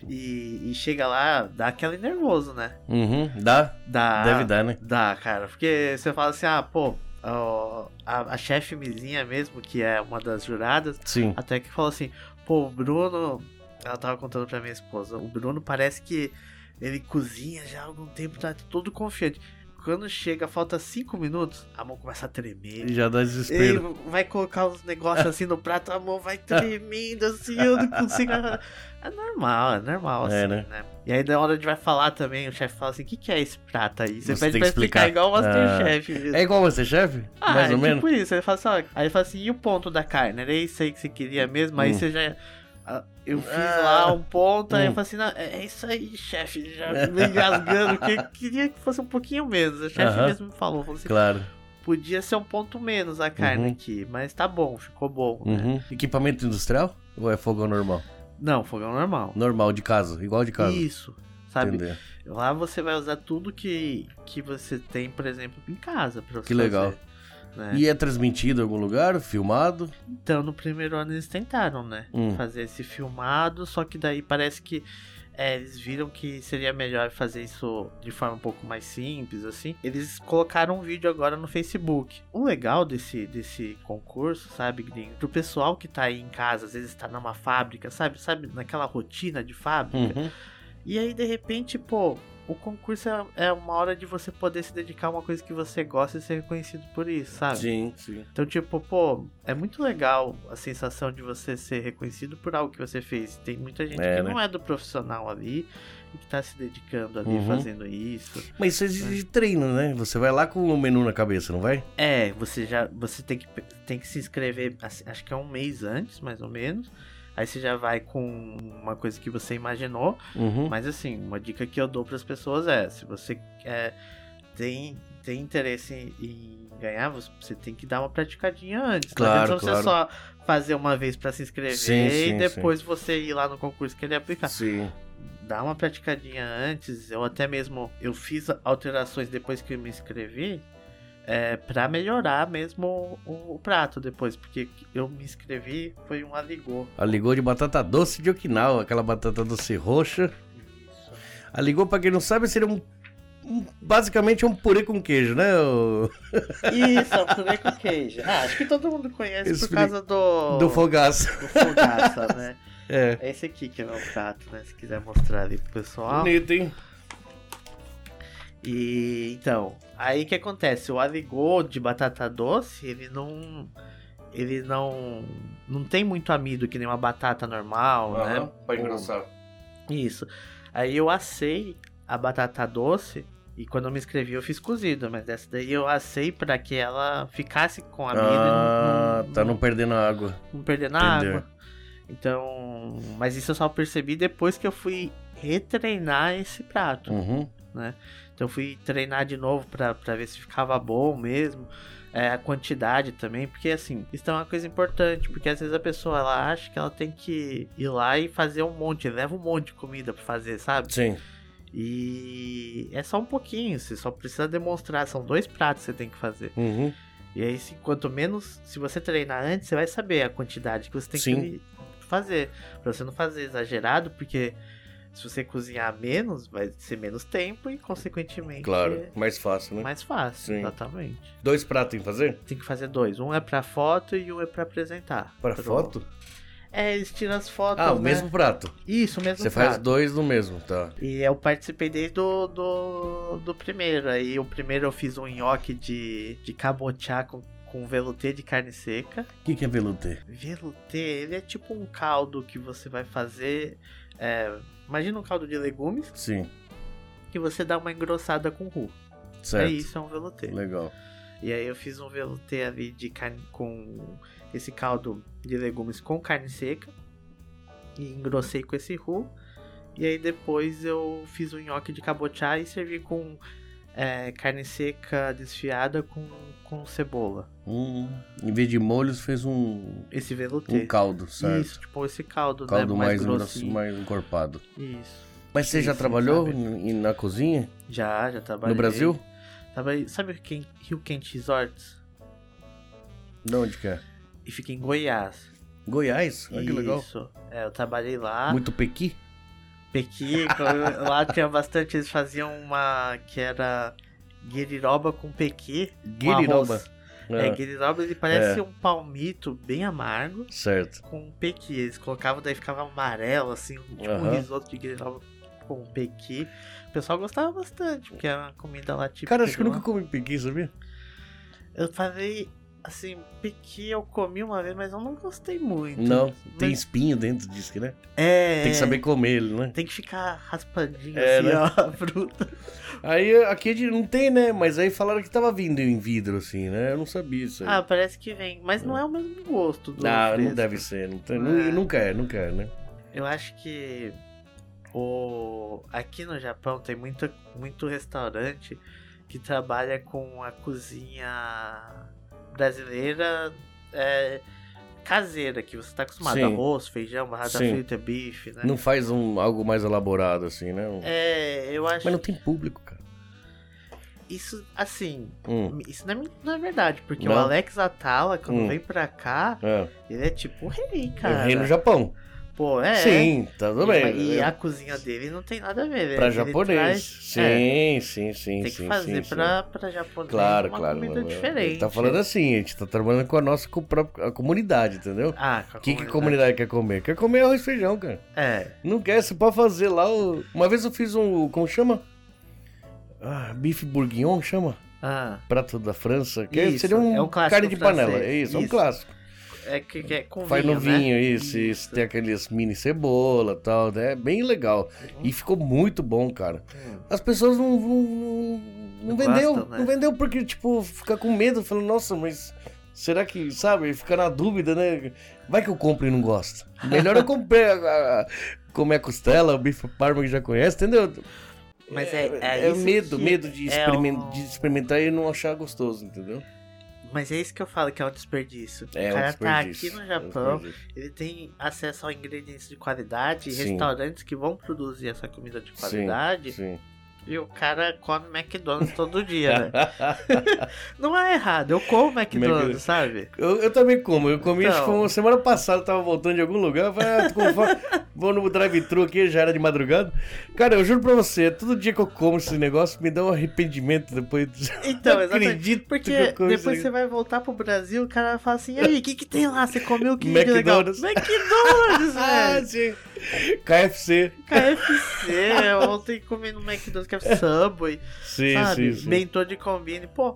Speaker 2: e, e chega lá, dá aquele nervoso, né?
Speaker 1: Uhum, dá?
Speaker 2: Dá,
Speaker 1: Deve dar, né?
Speaker 2: Dá, cara. Porque você fala assim, ah, pô, ó, a, a chefe Mizinha mesmo, que é uma das juradas,
Speaker 1: Sim.
Speaker 2: até que falou assim, pô, o Bruno. Ela tava contando pra minha esposa, o Bruno parece que ele cozinha já há algum tempo, tá todo confiante. Quando chega, falta cinco minutos, a mão começa a tremer.
Speaker 1: Já dá
Speaker 2: Ele
Speaker 1: desespero.
Speaker 2: vai colocar uns negócios assim no prato, a mão vai tremendo, assim, eu não consigo. É normal, é normal, assim,
Speaker 1: É,
Speaker 2: né?
Speaker 1: né?
Speaker 2: E aí, na hora de vai falar também, o chefe fala assim: o que, que é esse prato aí? Você,
Speaker 1: Você
Speaker 2: pede
Speaker 1: tem
Speaker 2: pra
Speaker 1: que
Speaker 2: explicar,
Speaker 1: explicar.
Speaker 2: igual o Masterchef. mesmo.
Speaker 1: É igual você, chefe?
Speaker 2: Ah,
Speaker 1: Mais ou
Speaker 2: é
Speaker 1: menos?
Speaker 2: tipo isso. Ele fala assim, ó, aí ele fala assim, e o ponto da carne? Era isso aí que você queria mesmo? Aí
Speaker 1: Hum.
Speaker 2: você já... ah, Eu fiz
Speaker 1: Ah.
Speaker 2: lá um ponto, aí eu
Speaker 1: Hum.
Speaker 2: falei assim, não, é é isso aí, chefe, já me engasgando, porque eu queria que fosse um pouquinho menos. O chefe
Speaker 1: Aham.
Speaker 2: mesmo me falou, falou assim,
Speaker 1: Claro.
Speaker 2: podia ser um ponto menos a carne
Speaker 1: Uhum.
Speaker 2: aqui, mas tá bom, ficou bom. né?"
Speaker 1: Uhum. Equipamento industrial? Ou é fogão normal?
Speaker 2: Não, fogão normal.
Speaker 1: Normal, de casa, igual de casa.
Speaker 2: Isso, sabe?
Speaker 1: Entender.
Speaker 2: Lá você vai usar tudo que, que você tem, por exemplo, em casa. Pra você
Speaker 1: Que legal.
Speaker 2: fazer, né?
Speaker 1: E é transmitido em algum lugar? Filmado?
Speaker 2: Então, no primeiro ano eles tentaram, né?
Speaker 1: Hum.
Speaker 2: Fazer esse filmado, só que daí parece que é, eles viram que seria melhor fazer isso de forma um pouco mais simples, assim. Eles colocaram um vídeo agora no Facebook. O legal desse, desse concurso, sabe, Gringo? Pro pessoal que tá aí em casa, às vezes tá numa fábrica, sabe? Sabe, naquela rotina de fábrica.
Speaker 1: Uhum.
Speaker 2: E aí, de repente, pô, o concurso é, é uma hora de você poder se dedicar a uma coisa que você gosta e ser reconhecido por isso, sabe?
Speaker 1: Sim, sim.
Speaker 2: Então, tipo, pô, é muito legal a sensação de você ser reconhecido por algo que você fez. Tem muita gente
Speaker 1: É,
Speaker 2: que
Speaker 1: né?
Speaker 2: não é do profissional ali e que tá se dedicando ali,
Speaker 1: Uhum.
Speaker 2: fazendo isso.
Speaker 1: Mas isso é de, de treino, né? Você vai lá com o menu na cabeça, não vai?
Speaker 2: É, você já. Você tem que, tem que se inscrever, assim, acho que é um mês antes, mais ou menos. Aí você já vai com uma coisa que você imaginou.
Speaker 1: Uhum.
Speaker 2: Mas assim, uma dica que eu dou para as pessoas é, se você é, tem, tem interesse em, em ganhar, você- você tem que dar uma praticadinha antes. Não
Speaker 1: Claro,
Speaker 2: adianta você só fazer uma vez para se inscrever
Speaker 1: Sim,
Speaker 2: e
Speaker 1: sim,
Speaker 2: depois você ir lá no concurso querer aplicar.
Speaker 1: Sim.
Speaker 2: Dá uma praticadinha antes, eu até mesmo eu fiz alterações depois que eu me inscrevi. É, para melhorar mesmo o, o prato depois, porque eu me inscrevi, foi um aligô.
Speaker 1: Aligou de batata doce de Okinawa, aquela batata doce roxa. Aligou, pra quem não sabe, seria um, um- basicamente um purê com queijo, né? o-
Speaker 2: Isso, é o purê com queijo. Ah, acho que todo mundo conhece por
Speaker 1: Esse
Speaker 2: causa do.
Speaker 1: Do fogaço.
Speaker 2: do fogaça, né?
Speaker 1: É.
Speaker 2: É esse aqui que é o meu prato, né? Se quiser mostrar ali pro pessoal.
Speaker 1: Bonito, hein?
Speaker 2: E então, aí o que acontece? O aligô de batata doce, ele não. Ele não. Não tem muito amido que nem uma batata normal, né?
Speaker 1: Ah, Pra
Speaker 2: engrossar. Isso. Aí eu assei a batata doce. E quando eu me inscrevi, eu fiz cozido, mas dessa daí eu assei pra que ela ficasse com amido
Speaker 1: Ah,
Speaker 2: e não, não,
Speaker 1: tá não perdendo a água.
Speaker 2: não perder na
Speaker 1: Entendeu.
Speaker 2: água. Então, mas isso eu só percebi depois que eu fui retreinar esse prato.
Speaker 1: Uhum.
Speaker 2: Então eu fui treinar de novo pra, pra ver se ficava bom mesmo. É, a quantidade também, porque assim, isso é uma coisa importante, porque às vezes a pessoa ela acha que ela tem que ir lá e fazer um monte, leva um monte de comida pra fazer, sabe?
Speaker 1: Sim.
Speaker 2: E é só um pouquinho, você só precisa demonstrar. São dois pratos que você tem que fazer.
Speaker 1: Uhum.
Speaker 2: E aí, se, quanto menos, se você treinar antes, você vai saber a quantidade que você tem
Speaker 1: Sim.
Speaker 2: que fazer. Pra você não fazer exagerado, porque se você cozinhar menos, vai ser menos tempo e, consequentemente,
Speaker 1: Claro, mais fácil,
Speaker 2: é
Speaker 1: né?
Speaker 2: mais fácil.
Speaker 1: Sim.
Speaker 2: Exatamente.
Speaker 1: Dois pratos em fazer?
Speaker 2: Tem que fazer dois. Um é pra foto e um é pra apresentar.
Speaker 1: Para
Speaker 2: Pro-
Speaker 1: foto?
Speaker 2: É, eles tiram as fotos.
Speaker 1: Ah, o
Speaker 2: né?
Speaker 1: mesmo prato.
Speaker 2: Isso, o mesmo
Speaker 1: Você faz
Speaker 2: prato.
Speaker 1: dois no mesmo, tá.
Speaker 2: E eu participei desde do, do, do primeiro. Aí o primeiro eu fiz um nhoque de, de cabochá com, com veluté de carne seca.
Speaker 1: O que, que é veluté?
Speaker 2: Veluté, ele é tipo um caldo que você vai fazer. é, imagina um caldo de legumes
Speaker 1: Sim,
Speaker 2: que você dá uma engrossada com roux. É
Speaker 1: certo.
Speaker 2: isso, é um veluté.
Speaker 1: Legal.
Speaker 2: E aí eu fiz um velouté ali de carne com esse caldo de legumes com carne seca. E engrossei com esse roux. E aí depois eu fiz um nhoque de cabochá e servi com é, carne seca desfiada com, com cebola.
Speaker 1: Hum, em vez de molhos, fez um,
Speaker 2: Esse
Speaker 1: um
Speaker 2: velouté.
Speaker 1: caldo, certo? Um
Speaker 2: Isso, tipo esse caldo,
Speaker 1: Caldo
Speaker 2: né?
Speaker 1: mais,
Speaker 2: Mais,
Speaker 1: grosso,
Speaker 2: grossinho.
Speaker 1: mais encorpado.
Speaker 2: Isso.
Speaker 1: Mas você já
Speaker 2: Isso,
Speaker 1: trabalhou
Speaker 2: sabe?
Speaker 1: em- na cozinha?
Speaker 2: Já, já trabalhei.
Speaker 1: No Brasil?
Speaker 2: Trabalhei, sabe o Quen- Rio Quente Resorts?
Speaker 1: De onde que é?
Speaker 2: E fica em Goiás.
Speaker 1: Goiás? Olha que legal.
Speaker 2: Isso. É, eu trabalhei lá.
Speaker 1: Muito pequi?
Speaker 2: Pequi, quando- lá tinha bastante, eles faziam uma que era guiriroba com pequi. com
Speaker 1: Guiriroba.
Speaker 2: arroz. É,
Speaker 1: Ah,
Speaker 2: guiriroba ele parece um palmito bem amargo
Speaker 1: certo.
Speaker 2: com pequi. Eles colocavam, daí ficava amarelo, assim, tipo um
Speaker 1: Aham.
Speaker 2: risoto de guiriroba com pequi. O pessoal gostava bastante, porque é uma comida lá típica.
Speaker 1: Cara, acho que
Speaker 2: de
Speaker 1: eu
Speaker 2: lá.
Speaker 1: nunca comi pequi, sabia?
Speaker 2: Eu falei, assim, pequi eu comi uma vez, mas eu não gostei muito.
Speaker 1: Não, tem
Speaker 2: Então, Mas-
Speaker 1: espinho dentro disso, que, né?
Speaker 2: É,
Speaker 1: Tem que saber comer ele, né?
Speaker 2: Tem que ficar raspadinho,
Speaker 1: É,
Speaker 2: assim,
Speaker 1: né?
Speaker 2: ó, a fruta.
Speaker 1: Aí aqui a gente não tem, né? Mas aí falaram que tava vindo em vidro, assim, né? Eu não sabia isso aí.
Speaker 2: Ah, parece que vem, mas não é o mesmo gosto do
Speaker 1: Ah, não, não
Speaker 2: fresco.
Speaker 1: deve ser. Não tem-
Speaker 2: É.
Speaker 1: nu- Nunca é, nunca é, né?
Speaker 2: Eu acho que o aqui no Japão tem muito muito restaurante que trabalha com a cozinha brasileira é, caseira que você está acostumado,
Speaker 1: Sim.
Speaker 2: arroz, feijão, barrata
Speaker 1: Sim.
Speaker 2: frita, bife, né?
Speaker 1: Não faz um, algo mais elaborado, assim, né? Um-
Speaker 2: É, eu acho
Speaker 1: Mas não tem público, cara.
Speaker 2: isso assim,
Speaker 1: Hum.
Speaker 2: isso não é, não é verdade, porque
Speaker 1: Não?
Speaker 2: o Alex Atala quando
Speaker 1: Hum.
Speaker 2: vem pra cá,
Speaker 1: É.
Speaker 2: ele é tipo o rei,
Speaker 1: Eu
Speaker 2: cara.
Speaker 1: rei no Japão.
Speaker 2: Pô, é.
Speaker 1: Sim, tá tudo bem.
Speaker 2: E, e
Speaker 1: né?
Speaker 2: a cozinha dele não tem nada a ver, né?
Speaker 1: Pra
Speaker 2: Ele
Speaker 1: japonês.
Speaker 2: traz-
Speaker 1: sim,
Speaker 2: é,
Speaker 1: sim, sim.
Speaker 2: tem
Speaker 1: sim,
Speaker 2: que fazer
Speaker 1: sim, sim.
Speaker 2: pra, pra japonês
Speaker 1: Claro,
Speaker 2: uma
Speaker 1: claro.
Speaker 2: comida
Speaker 1: mano. Ele
Speaker 2: diferente.
Speaker 1: Tá falando assim, a gente tá trabalhando com a nossa com a própria- a comunidade, entendeu?
Speaker 2: Ah, com
Speaker 1: O assim, que, que a
Speaker 2: a comunidade.
Speaker 1: comunidade quer comer? Quer comer arroz e feijão, cara.
Speaker 2: É,
Speaker 1: Não quer, você pode fazer lá. o- Uma vez eu fiz um. Como chama? Ah, bife bourguignon, chama?
Speaker 2: ah,
Speaker 1: Prato da França. Que
Speaker 2: Isso,
Speaker 1: seria um,
Speaker 2: é um clássico
Speaker 1: carne de
Speaker 2: francês.
Speaker 1: panela. É isso, é um
Speaker 2: Isso.
Speaker 1: clássico.
Speaker 2: é que, que é com
Speaker 1: Faz
Speaker 2: vinho,
Speaker 1: no vinho,
Speaker 2: né?
Speaker 1: isso, isso. Tem aqueles mini cebola e tal, né? É bem legal. E ficou muito bom, cara.
Speaker 2: Hum.
Speaker 1: As pessoas não. Não, não- não
Speaker 2: Não
Speaker 1: vendeu.
Speaker 2: gostam, né?
Speaker 1: Não vendeu porque, tipo, fica com medo, falando, nossa, mas. Será que, sabe, fica na dúvida, né? Vai que eu compro e não gosto. Melhor eu comprar a- a- comer a costela, o bife parma que já conhece, entendeu?
Speaker 2: Mas é, é,
Speaker 1: é
Speaker 2: isso
Speaker 1: medo,
Speaker 2: que
Speaker 1: medo de,
Speaker 2: é
Speaker 1: experimen-
Speaker 2: um-
Speaker 1: de experimentar e não achar gostoso, entendeu?
Speaker 2: Mas é isso que eu falo que é um desperdício.
Speaker 1: É
Speaker 2: o
Speaker 1: um
Speaker 2: cara tá
Speaker 1: desperdício.
Speaker 2: aqui
Speaker 1: é
Speaker 2: no
Speaker 1: um
Speaker 2: Japão,
Speaker 1: desperdício.
Speaker 2: ele tem acesso a ingredientes de qualidade,
Speaker 1: Sim.
Speaker 2: restaurantes que vão produzir essa comida de qualidade,
Speaker 1: Sim.
Speaker 2: e o cara come McDonald's todo dia, né? Não é errado, eu como
Speaker 1: McDonald's.
Speaker 2: McDonald's, sabe?
Speaker 1: Eu, eu também como. Eu comi, acho que foi
Speaker 2: Então.
Speaker 1: uma semana passada, eu tava voltando de algum lugar. Eu falei, ah, tô com fome. vou no drive-thru aqui, já era de madrugada. Cara, eu juro pra você, todo dia que eu como esse negócio me dá um arrependimento depois.
Speaker 2: Então,
Speaker 1: Não
Speaker 2: exatamente.
Speaker 1: acredito que
Speaker 2: Porque
Speaker 1: eu comi
Speaker 2: depois
Speaker 1: isso aí.
Speaker 2: você vai voltar pro Brasil, o cara fala assim, e aí, o que que tem lá? Você comeu o que de legal?
Speaker 1: McDonald's.
Speaker 2: McDonald's,
Speaker 1: Ah,
Speaker 2: velho! é
Speaker 1: sim. KFC.
Speaker 2: KFC, ontem comi no McDonald's, que é Subway,
Speaker 1: Sim,
Speaker 2: sabe?
Speaker 1: sim, sim.
Speaker 2: Bentô de combine. Pô,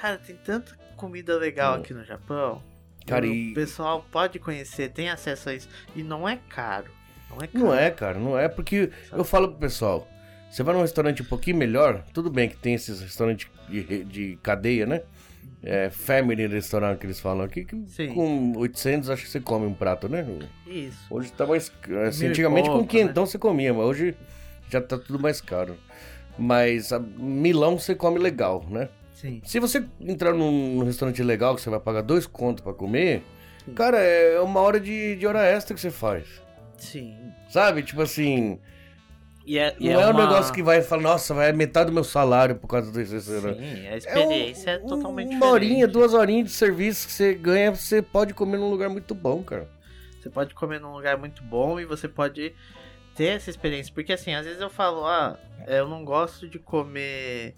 Speaker 2: cara, tem tanta comida legal aqui no Japão.
Speaker 1: Cara,
Speaker 2: o
Speaker 1: e-
Speaker 2: pessoal pode conhecer, tem acesso a isso. E não é caro. Não é caro.
Speaker 1: Não é, cara, não é, porque eu falo pro pessoal, você vai num restaurante um pouquinho melhor, tudo bem que tem esses restaurantes de, re- de cadeia, né? É, family restaurant que eles falam aqui, que
Speaker 2: Sim.
Speaker 1: com 800 acho que você come um prato, né?
Speaker 2: Isso.
Speaker 1: Hoje tá mais. Assim,
Speaker 2: Mil e
Speaker 1: antigamente com
Speaker 2: pouco, né?
Speaker 1: quentão você comia, mas hoje já tá tudo mais caro. Mas a Milão você come legal, né?
Speaker 2: Sim.
Speaker 1: Se você entrar num, num restaurante legal que você vai pagar dois contos pra comer,
Speaker 2: Sim.
Speaker 1: cara, é uma hora de, de hora extra que você faz.
Speaker 2: Sim.
Speaker 1: Sabe? Tipo assim.
Speaker 2: E é, e
Speaker 1: não é, um
Speaker 2: uma-
Speaker 1: negócio que vai falar, nossa, vai metade do meu salário por causa desse restaurante.
Speaker 2: Sim, a
Speaker 1: É um-
Speaker 2: experiência é, totalmente
Speaker 1: Uma horinha,
Speaker 2: diferente.
Speaker 1: duas horinhas de serviço que você ganha, você pode comer num lugar muito bom, cara.
Speaker 2: Você pode comer num lugar muito bom e você pode ter essa experiência. Porque assim, às vezes eu falo, ah, eu não gosto de comer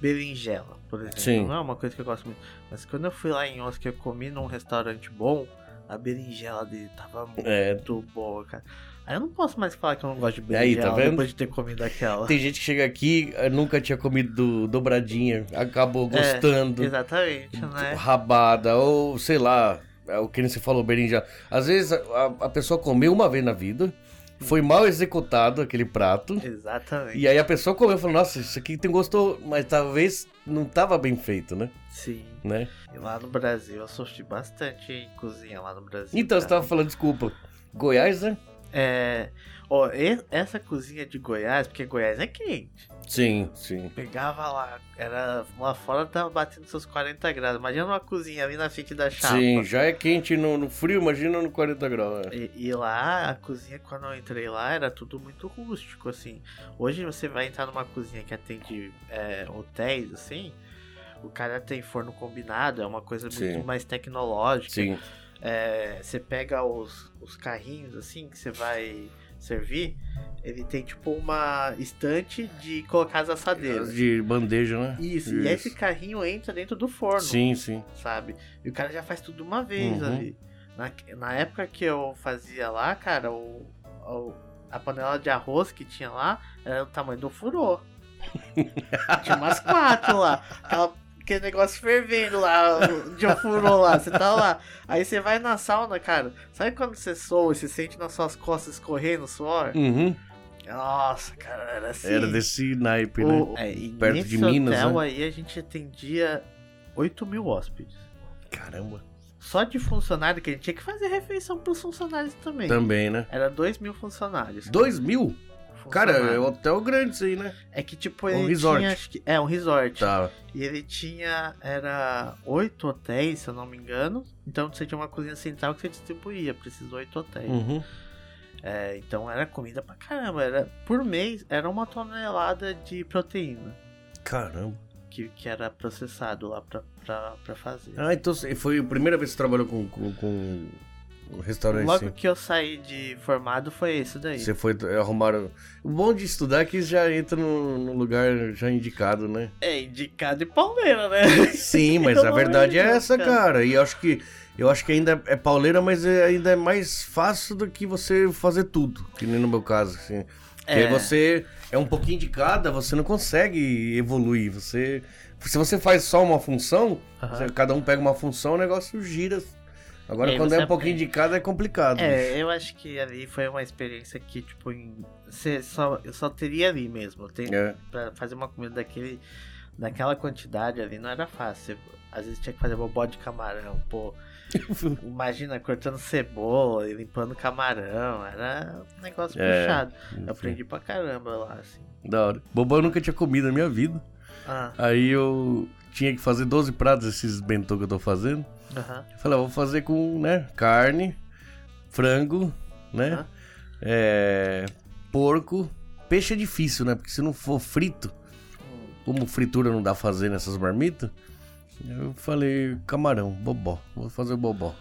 Speaker 2: berinjela, por exemplo.
Speaker 1: Sim.
Speaker 2: Não é uma coisa que eu gosto muito. Mas quando eu fui lá em Oscar, eu comi num restaurante bom, a berinjela dele tava muito
Speaker 1: É.
Speaker 2: boa, cara. Aí eu não posso mais falar que eu não gosto de
Speaker 1: Aí, tá
Speaker 2: berinjela
Speaker 1: vendo?
Speaker 2: depois de ter comido aquela.
Speaker 1: Tem gente que chega aqui, eh, nunca tinha comido do- dobradinha, acabou
Speaker 2: É,
Speaker 1: gostando,
Speaker 2: Exatamente, né?
Speaker 1: rabada, ou sei lá, é o que nem você falou, berinjela. Às vezes a, a- a pessoa comeu uma vez na vida, foi mal executado aquele prato,
Speaker 2: Exatamente.
Speaker 1: e aí a pessoa comeu e falou, nossa, isso aqui tem gosto, mas talvez não tava bem feito, né?
Speaker 2: Sim.
Speaker 1: né?
Speaker 2: E lá no Brasil eu sofri bastante em cozinha lá no Brasil.
Speaker 1: Então você
Speaker 2: cara.
Speaker 1: tava falando, desculpa, Goiás, né?
Speaker 2: É. Ó, e- essa cozinha de Goiás, porque Goiás é quente.
Speaker 1: Sim, sim.
Speaker 2: Pegava lá, era lá fora tava batendo seus 40 graus. Imagina uma cozinha ali na frente da chapa.
Speaker 1: Sim, já é quente no, no frio, imagina no 40 graus. é.
Speaker 2: E, e lá, a cozinha, quando eu entrei lá, era tudo muito rústico, assim. Hoje você vai entrar numa cozinha que atende é, hotéis, assim, o cara tem forno combinado, é uma coisa
Speaker 1: Sim.
Speaker 2: muito mais tecnológica.
Speaker 1: Sim,
Speaker 2: É, você pega os, os carrinhos assim que você vai servir, ele tem tipo uma estante de colocar as assadeiras.
Speaker 1: de bandeja, né?
Speaker 2: Isso, e
Speaker 1: Isso.
Speaker 2: esse carrinho entra dentro do forno,
Speaker 1: Sim, sim.
Speaker 2: sabe? E o cara já faz tudo uma vez
Speaker 1: Uhum.
Speaker 2: ali. Na, na época que eu fazia lá, cara, o, o- a panela de arroz que tinha lá era do tamanho do furô. tinha umas quatro lá. Aquela- aquele negócio fervendo lá, o- de um furô lá. Você tá lá. Aí você vai na sauna, cara. Sabe quando você soa e se sente nas suas costas escorrendo suor?
Speaker 1: Uhum.
Speaker 2: Nossa, cara, era assim.
Speaker 1: Era desse naipe, né?
Speaker 2: O- é, e
Speaker 1: perto
Speaker 2: nesse
Speaker 1: de Minas,
Speaker 2: hotel
Speaker 1: né?
Speaker 2: aí a gente atendia 8 mil hóspedes.
Speaker 1: Caramba.
Speaker 2: Só de funcionário que a gente tinha que fazer refeição pros funcionários também.
Speaker 1: Também, né?
Speaker 2: Era 2 mil funcionários.
Speaker 1: Dois mil? Cara, é um
Speaker 2: Funcionários.
Speaker 1: hotel grande isso aí, né?
Speaker 2: é que tipo
Speaker 1: um
Speaker 2: ele
Speaker 1: resort.
Speaker 2: tinha. Acho que, é, um resort.
Speaker 1: Tá.
Speaker 2: E ele tinha. Era oito hotéis, se eu não me engano. Então você tinha uma cozinha central que você distribuía pra esses oito hotéis.
Speaker 1: Uhum.
Speaker 2: É, então era comida pra caramba. Era, por mês era uma tonelada de proteína
Speaker 1: Caramba.
Speaker 2: que, que era processado lá pra, pra, pra fazer.
Speaker 1: Ah, então você- foi a primeira vez que você trabalhou com, com, com um restaurante,
Speaker 2: Logo
Speaker 1: assim.
Speaker 2: que eu saí de formado foi isso daí.
Speaker 1: Você foi arrumar. O bom de estudar é que já entra no, no lugar já indicado, né?
Speaker 2: É indicado e palmeira, né?
Speaker 1: Sim, mas
Speaker 2: Pelo
Speaker 1: a
Speaker 2: amor
Speaker 1: verdade
Speaker 2: de
Speaker 1: é
Speaker 2: Deus,
Speaker 1: essa,
Speaker 2: cara.
Speaker 1: cara. E eu acho que eu acho que ainda é pauleira, mas é- ainda é mais fácil do que você fazer tudo, que nem no meu caso, assim. Porque
Speaker 2: É.
Speaker 1: você é um pouquinho de cada, você não consegue evoluir. Você se você faz só uma função, você- cada um pega uma função, o negócio gira. Agora
Speaker 2: É,
Speaker 1: quando
Speaker 2: você
Speaker 1: é um pouquinho de cada é complicado.
Speaker 2: É, eu acho que ali foi uma experiência que, tipo, em... Você só, eu só teria ali mesmo. Tem,
Speaker 1: É.
Speaker 2: Pra fazer uma comida daquele, daquela quantidade ali não era fácil. Você- Às vezes tinha que fazer bobó de camarão, pô. Imagina, cortando cebola e limpando camarão. Era um negócio
Speaker 1: É.
Speaker 2: puxado. Eu aprendi pra caramba lá, assim.
Speaker 1: Da hora. Bobão eu nunca tinha comido na minha vida.
Speaker 2: Ah,
Speaker 1: Aí eu tinha que fazer 12 pratos esses bentô que eu tô fazendo.
Speaker 2: aham.
Speaker 1: Eu falei, ah, vou fazer com, né, carne, frango, né,
Speaker 2: Aham.
Speaker 1: é, porco. Peixe é difícil, né, porque se não for frito,
Speaker 2: Hum.
Speaker 1: como fritura não dá pra fazer nessas marmitas, eu falei, camarão, bobó, vou fazer o bobó.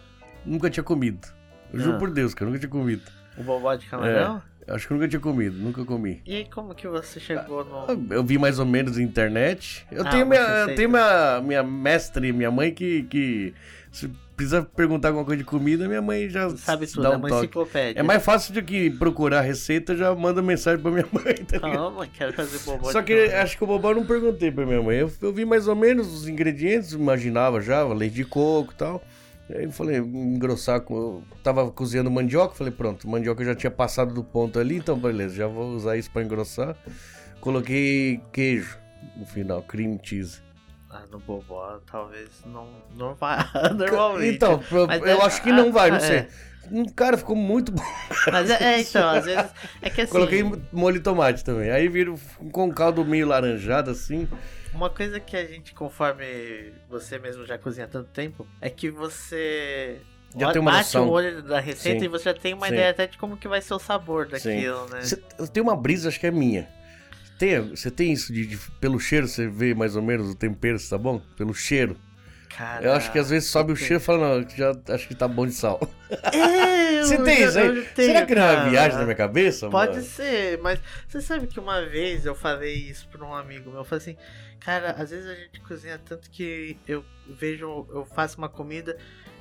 Speaker 1: Nunca tinha comido. Eu juro
Speaker 2: Ah.
Speaker 1: por Deus, cara, nunca tinha comido.
Speaker 2: O bobó de camarão?
Speaker 1: Acho que eu nunca tinha comido, nunca comi.
Speaker 2: E aí, como que você chegou no.
Speaker 1: Eu vi mais ou menos na internet. Eu
Speaker 2: Ah,
Speaker 1: tenho,
Speaker 2: uma
Speaker 1: minha, eu
Speaker 2: receita.
Speaker 1: tenho minha, minha mestre, minha mãe que, que se precisa perguntar alguma coisa de comida, minha mãe já
Speaker 2: Sabe
Speaker 1: se
Speaker 2: tudo,
Speaker 1: dá
Speaker 2: é
Speaker 1: um
Speaker 2: uma
Speaker 1: toque.
Speaker 2: enciclopédia.
Speaker 1: É mais fácil do que procurar receita, já manda mensagem pra minha mãe. tá ligado?
Speaker 2: Calma, quero fazer bobó
Speaker 1: Só
Speaker 2: de
Speaker 1: que
Speaker 2: camarão.
Speaker 1: acho que o bobó eu não perguntei pra minha mãe. Eu, eu vi mais ou menos os ingredientes, imaginava já, leite de coco e tal. Aí eu falei, engrossar com. Eu tava cozinhando mandioca, falei, pronto, mandioca eu já tinha passado do ponto ali, então beleza, já vou usar isso pra engrossar. Coloquei queijo no final, cream cheese.
Speaker 2: Ah, no bobó talvez não, não vá normalmente.
Speaker 1: Então, eu,
Speaker 2: Mas
Speaker 1: eu
Speaker 2: é-
Speaker 1: acho que não vai, não
Speaker 2: é.
Speaker 1: sei. Hum, Cara, ficou muito bom.
Speaker 2: Mas é, é, então, às vezes. É que assim.
Speaker 1: Coloquei molho de tomate também. Aí vira um- com um caldo meio laranjado assim.
Speaker 2: Uma coisa que a gente, conforme você mesmo já cozinha há tanto tempo, é que você
Speaker 1: já tem uma
Speaker 2: bate
Speaker 1: noção.
Speaker 2: o olho da receita
Speaker 1: Sim.
Speaker 2: e você já tem uma
Speaker 1: Sim.
Speaker 2: ideia até de como que vai ser o sabor daquilo, né?
Speaker 1: Cê- eu tenho uma brisa, acho que é minha. Tem- Você tem isso de, de- Pelo cheiro, você vê mais ou menos o tempero, se tá bom? Pelo cheiro.
Speaker 2: Cara,
Speaker 1: Eu acho que às vezes sobe o
Speaker 2: tem.
Speaker 1: cheiro e fala, não, já acho que tá bom de sal.
Speaker 2: É, eu
Speaker 1: Você tem
Speaker 2: já-
Speaker 1: isso
Speaker 2: eu
Speaker 1: aí?
Speaker 2: já tenho,
Speaker 1: Será que não é uma
Speaker 2: cara.
Speaker 1: viagem na minha cabeça?
Speaker 2: Pode
Speaker 1: mano?
Speaker 2: ser, mas você sabe que uma vez eu falei isso pra um amigo meu. Eu falei assim, cara, às vezes a gente cozinha tanto que eu vejo, eu faço uma comida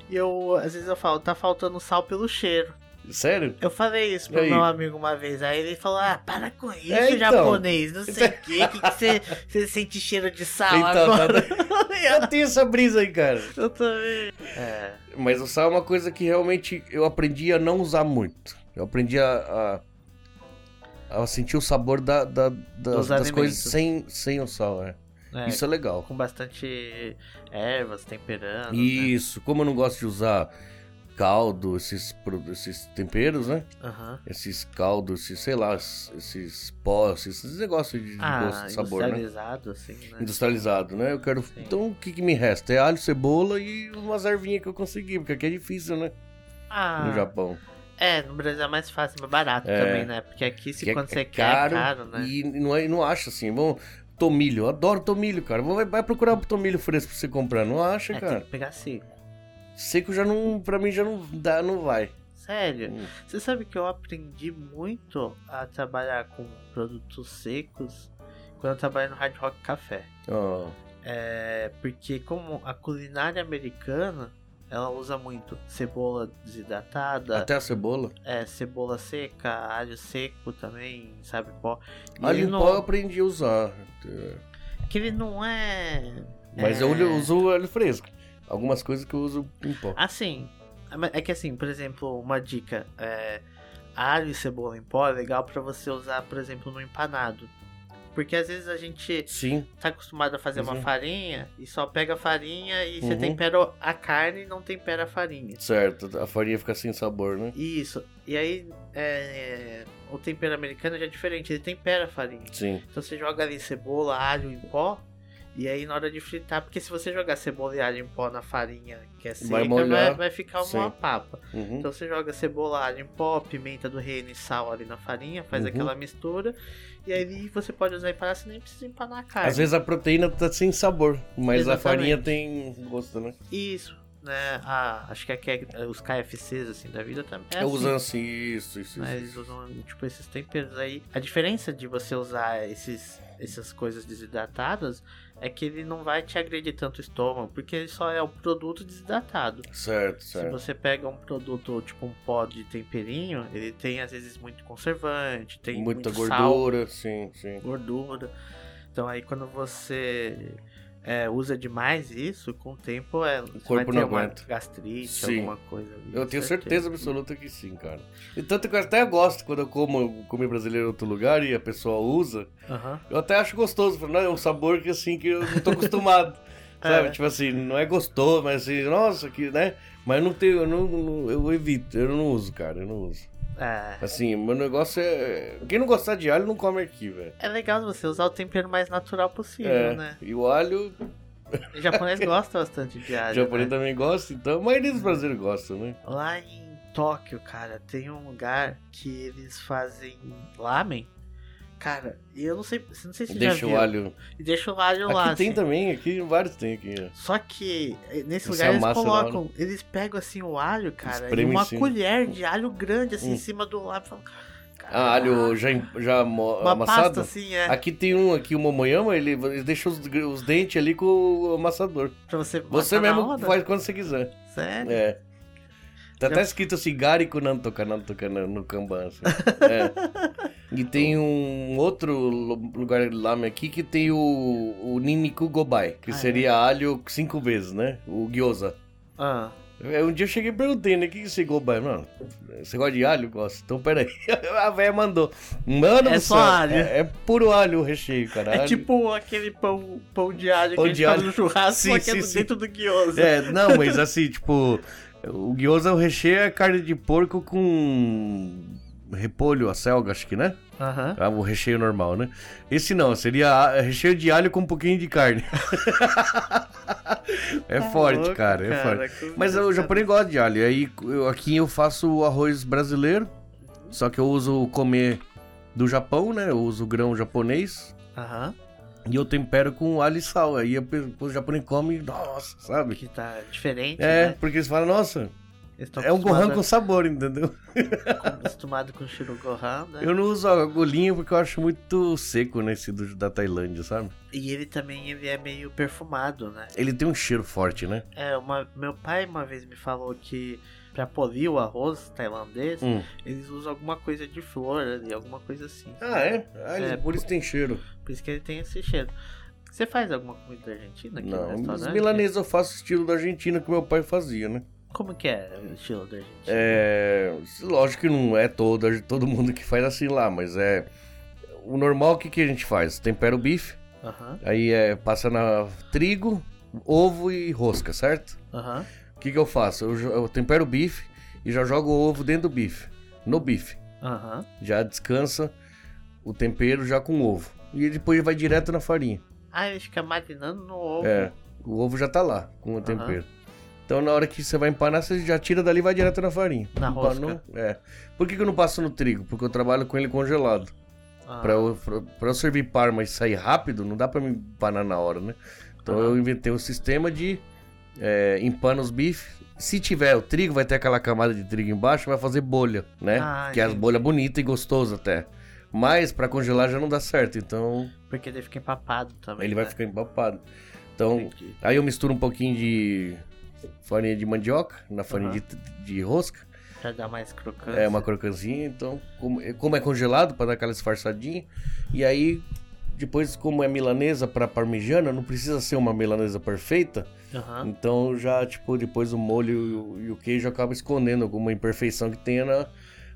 Speaker 2: e eu, às vezes eu falo, tá faltando sal pelo cheiro.
Speaker 1: Sério?
Speaker 2: Eu falei isso
Speaker 1: E
Speaker 2: pro
Speaker 1: aí?
Speaker 2: meu amigo uma vez. Aí ele falou, ah, para com isso,
Speaker 1: É, então.
Speaker 2: japonês, não sei o que, que você, você sente cheiro de sal
Speaker 1: Então, tá-
Speaker 2: agora.
Speaker 1: Eu tenho essa brisa aí, cara.
Speaker 2: eu também. É,
Speaker 1: Mas o sal é uma coisa que realmente eu aprendi a não usar muito. Eu aprendi a, a, a sentir o sabor da, da- da-
Speaker 2: Dos
Speaker 1: das coisas
Speaker 2: alimentos.
Speaker 1: sem, sem o sal, é.
Speaker 2: é,
Speaker 1: Isso é legal.
Speaker 2: com bastante ervas temperando. né?
Speaker 1: Isso, como eu não gosto de usar caldo, esses, pro- esses temperos, né?
Speaker 2: Aham.
Speaker 1: Esses caldos, esses, sei lá, es- esses pós, esses negócios de de gosto
Speaker 2: Ah,
Speaker 1: de sabor, né?
Speaker 2: industrializado, assim, né?
Speaker 1: Industrializado, né? Eu quero.
Speaker 2: Sim.
Speaker 1: Então o que, que me resta? É alho, cebola e umas ervinhas que eu consegui, porque aqui é difícil, né?
Speaker 2: Ah,
Speaker 1: No Japão.
Speaker 2: é, no Brasil é mais fácil, mais barato
Speaker 1: É.
Speaker 2: também, né? Porque aqui, se
Speaker 1: Que é-
Speaker 2: quando
Speaker 1: é
Speaker 2: você quer, é caro, né?
Speaker 1: E não, é- não acha assim. Vamos, tomilho, eu adoro tomilho, cara. Vai, vai procurar tomilho fresco pra você comprar. Não acha,
Speaker 2: É, tem
Speaker 1: cara.
Speaker 2: que pegar seco.
Speaker 1: Seco já não. Pra mim já não dá, não vai.
Speaker 2: Sério,
Speaker 1: Hum.
Speaker 2: você sabe que eu aprendi muito a trabalhar com produtos secos quando eu trabalhei no Hard Rock Café.
Speaker 1: Ó,
Speaker 2: É, porque como a culinária americana, ela usa muito cebola desidratada,
Speaker 1: até a cebola.
Speaker 2: é, cebola seca, alho seco também, sabe, pó. E
Speaker 1: Alho
Speaker 2: ele
Speaker 1: em
Speaker 2: não-
Speaker 1: pó é eu aprendi a usar.
Speaker 2: Que ele não é...
Speaker 1: Mas
Speaker 2: é...
Speaker 1: eu olho- uso alho fresco. Algumas coisas que eu uso em pó.
Speaker 2: Assim, é que assim, por exemplo, uma dica: é, alho e cebola em pó é legal pra você usar, por exemplo, no empanado. Porque às vezes a gente
Speaker 1: Sim.
Speaker 2: tá acostumado a fazer uma
Speaker 1: Uhum.
Speaker 2: farinha e só pega a farinha e você
Speaker 1: Uhum.
Speaker 2: tempera a carne e não tempera a farinha.
Speaker 1: Certo, a farinha fica sem sabor, né?
Speaker 2: Isso. E aí, é, o tempero americano já é diferente, ele tempera a farinha.
Speaker 1: Sim.
Speaker 2: Então você joga ali cebola, alho em pó. E aí na hora de fritar, porque se você jogar cebola e alho em pó na farinha que é seca,
Speaker 1: Vai
Speaker 2: vai,
Speaker 1: molhar.
Speaker 2: vai ficar uma
Speaker 1: Sim.
Speaker 2: papa.
Speaker 1: Uhum.
Speaker 2: Então você joga cebola, alho em pó, pimenta do reino e sal ali na farinha, faz
Speaker 1: Uhum.
Speaker 2: aquela mistura. E aí você pode usar empanar, você nem precisa empanar a carne.
Speaker 1: Às vezes a proteína tá sem sabor, mas a
Speaker 2: Exatamente.
Speaker 1: farinha tem gosto, né?
Speaker 2: Isso, né? Ah, acho que aqui é- os KFCs assim da vida também. É
Speaker 1: eu
Speaker 2: assim,
Speaker 1: uso assim, isso, isso,
Speaker 2: né?
Speaker 1: isso.
Speaker 2: Eles usam tipo esses temperos aí. A diferença de você usar esses, essas coisas desidratadas é que ele não vai te agredir tanto o estômago, porque ele só é o produto desidratado.
Speaker 1: Certo,
Speaker 2: Se
Speaker 1: certo.
Speaker 2: você pega um produto tipo um pó de temperinho, ele tem às vezes muito conservante, tem
Speaker 1: Muita
Speaker 2: muito sal,
Speaker 1: gordura, sim, sim.
Speaker 2: gordura. Então aí quando você é, usa demais isso, com o tempo é, o
Speaker 1: corpo
Speaker 2: vai ter
Speaker 1: não
Speaker 2: uma
Speaker 1: aguenta.
Speaker 2: gastrite,
Speaker 1: Sim.
Speaker 2: alguma coisa. ali,
Speaker 1: Eu tenho certeza absoluta que sim, cara. E tanto que eu até gosto quando eu como comi brasileiro em outro lugar e a pessoa usa.
Speaker 2: Aham.
Speaker 1: Eu até acho gostoso, falo, não, é um sabor que assim que eu não tô acostumado. Sabe?
Speaker 2: É.
Speaker 1: Tipo assim, não é gostoso, mas assim, nossa, que, né? Mas não tenho, eu não- não, eu evito, eu não uso, cara, eu não uso.
Speaker 2: É,
Speaker 1: Assim, meu negócio é. Quem não gostar de alho não come aqui, velho.
Speaker 2: é legal você usar o tempero mais natural possível,
Speaker 1: É,
Speaker 2: né?
Speaker 1: E o alho,
Speaker 2: O japonês gosta bastante de
Speaker 1: o
Speaker 2: alho.
Speaker 1: japonês
Speaker 2: né?
Speaker 1: também gosta, então. A maioria dos brasileiros gosta, né?
Speaker 2: Lá em Tóquio, cara, tem um lugar que eles fazem lamen. Cara, e eu não sei, não sei se você
Speaker 1: Deixa
Speaker 2: já
Speaker 1: o
Speaker 2: viu.
Speaker 1: alho.
Speaker 2: E deixa o alho
Speaker 1: Aqui
Speaker 2: lá.
Speaker 1: tem
Speaker 2: assim.
Speaker 1: também, aqui vários tem aqui. né?
Speaker 2: Só que eh, nesse
Speaker 1: Você
Speaker 2: lugar eles
Speaker 1: amassa na
Speaker 2: colocam, eles pegam assim o alho, cara, e
Speaker 1: Espreme em
Speaker 2: uma
Speaker 1: cima.
Speaker 2: colher de alho grande assim
Speaker 1: Hum.
Speaker 2: em cima do lápis.
Speaker 1: Ah, alho já, em- já mo-
Speaker 2: uma
Speaker 1: amassado?
Speaker 2: pasta assim, é,
Speaker 1: Aqui tem um, aqui o Momoyama, ele, ele deixa os, gr- os dentes ali com o amassador.
Speaker 2: pra você
Speaker 1: Você
Speaker 2: amassar na
Speaker 1: mesmo
Speaker 2: hora.
Speaker 1: faz quando você quiser.
Speaker 2: Sério?
Speaker 1: É. Tá
Speaker 2: Já-
Speaker 1: até escrito assim, Garico Nantoka Nantoka no no Kanban. assim. É. E tem um outro lu- lugar de lame aqui que tem o, o Niniku Gobai, que
Speaker 2: Ah, é?
Speaker 1: seria alho cinco vezes, né? O gyoza.
Speaker 2: Ah,
Speaker 1: É, Um dia eu cheguei e perguntei, né? O que que é esse gobai? Mano, você gosta de alho? Gosto. Então, peraí. A véia mandou. Mano
Speaker 2: É
Speaker 1: do
Speaker 2: só
Speaker 1: céu,
Speaker 2: alho.
Speaker 1: É, é puro alho o recheio, cara.
Speaker 2: é
Speaker 1: Alho-
Speaker 2: tipo aquele pão, pão de alho
Speaker 1: Pão
Speaker 2: que a
Speaker 1: de
Speaker 2: gente faz
Speaker 1: alho.
Speaker 2: no churrasco,
Speaker 1: Sim,
Speaker 2: só que é
Speaker 1: sim,
Speaker 2: do-
Speaker 1: sim.
Speaker 2: dentro do guiosa.
Speaker 1: É, não, mas assim, tipo, o gyoza, o recheio é carne de porco com repolho, a selga, acho que, né?
Speaker 2: Aham.
Speaker 1: Ah, o recheio é normal, né? Esse não, seria a- recheio de alho com um pouquinho de carne. É forte,
Speaker 2: Tá louco,
Speaker 1: cara, é
Speaker 2: cara,
Speaker 1: forte.
Speaker 2: como
Speaker 1: Mas o
Speaker 2: você-
Speaker 1: japonês gosta de alho. Aí eu- aqui eu faço o arroz brasileiro, só que eu uso o comer do Japão, né? Eu uso o grão japonês
Speaker 2: Aham.
Speaker 1: e eu tempero com alho e sal. Aí eu pe- quando o japonês come, nossa, sabe?
Speaker 2: Que tá diferente,
Speaker 1: É,
Speaker 2: né?
Speaker 1: porque eles falam, nossa,
Speaker 2: Eles tão
Speaker 1: é um gohan com
Speaker 2: acostumados-
Speaker 1: sabor, entendeu?
Speaker 2: acostumado com o Shiro Gohan, né?
Speaker 1: Eu não uso a agulhinha porque eu acho muito seco nesse do, da Tailândia, sabe?
Speaker 2: E ele também ele é meio perfumado, né?
Speaker 1: Ele tem um cheiro forte, né?
Speaker 2: É, uma, meu pai uma vez me falou que pra polir o arroz tailandês,
Speaker 1: Hum.
Speaker 2: eles usam alguma coisa de flor ali, alguma coisa assim.
Speaker 1: Ah, é? Ah, eles-
Speaker 2: É,
Speaker 1: por isso tem cheiro.
Speaker 2: Por isso que ele tem esse cheiro. Você faz alguma comida da Argentina aqui no
Speaker 1: Não, os
Speaker 2: restaurante?
Speaker 1: milaneses eu faço estilo da Argentina que meu pai fazia, né?
Speaker 2: Como que é o estilo da Argentina?
Speaker 1: É, lógico que não é todo, todo mundo que faz assim lá, mas é. O normal, o que, que a gente faz? Tempera o bife,
Speaker 2: Aham,
Speaker 1: aí é, passa na trigo, ovo e rosca, certo?
Speaker 2: aham.
Speaker 1: O que, que eu faço? Eu, jo- eu tempero o bife e já jogo o ovo dentro do bife, no bife.
Speaker 2: Aham.
Speaker 1: Já descansa o tempero já com o ovo. E depois vai direto na farinha.
Speaker 2: Ah, ele fica marinando no ovo.
Speaker 1: É, o ovo já tá lá com o tempero. Então na hora que você vai empanar, você já tira dali e vai direto na farinha.
Speaker 2: Na
Speaker 1: Empanou, É. Por que, que eu não passo no trigo? Porque eu trabalho com ele congelado.
Speaker 2: Ah,
Speaker 1: Pra, eu, pra, pra eu servir parma e sair rápido, não dá pra me empanar na hora, né? Então
Speaker 2: Aham.
Speaker 1: eu inventei um sistema de é, empana os bifes. Se tiver o trigo, vai ter aquela camada de trigo embaixo, vai fazer bolha, né?
Speaker 2: Ah,
Speaker 1: que é as
Speaker 2: entendi.
Speaker 1: bolhas bonitas e gostosas até. Mas pra congelar já não dá certo, então
Speaker 2: Porque ele fica empapado também.
Speaker 1: ele vai
Speaker 2: né?
Speaker 1: ficar empapado. Então
Speaker 2: Entendi.
Speaker 1: Aí eu misturo um pouquinho de farinha de mandioca na farinha
Speaker 2: Aham.
Speaker 1: de, de rosca.
Speaker 2: Pra dar mais crocante.
Speaker 1: É uma crocanzinha, então, como, como é congelado, para dar aquela disfarçadinha. E aí, depois, como é milanesa para parmegiana, não precisa ser uma milanesa perfeita.
Speaker 2: Aham.
Speaker 1: Então, já, tipo, depois o molho e o- e o queijo acaba escondendo alguma imperfeição que tenha na,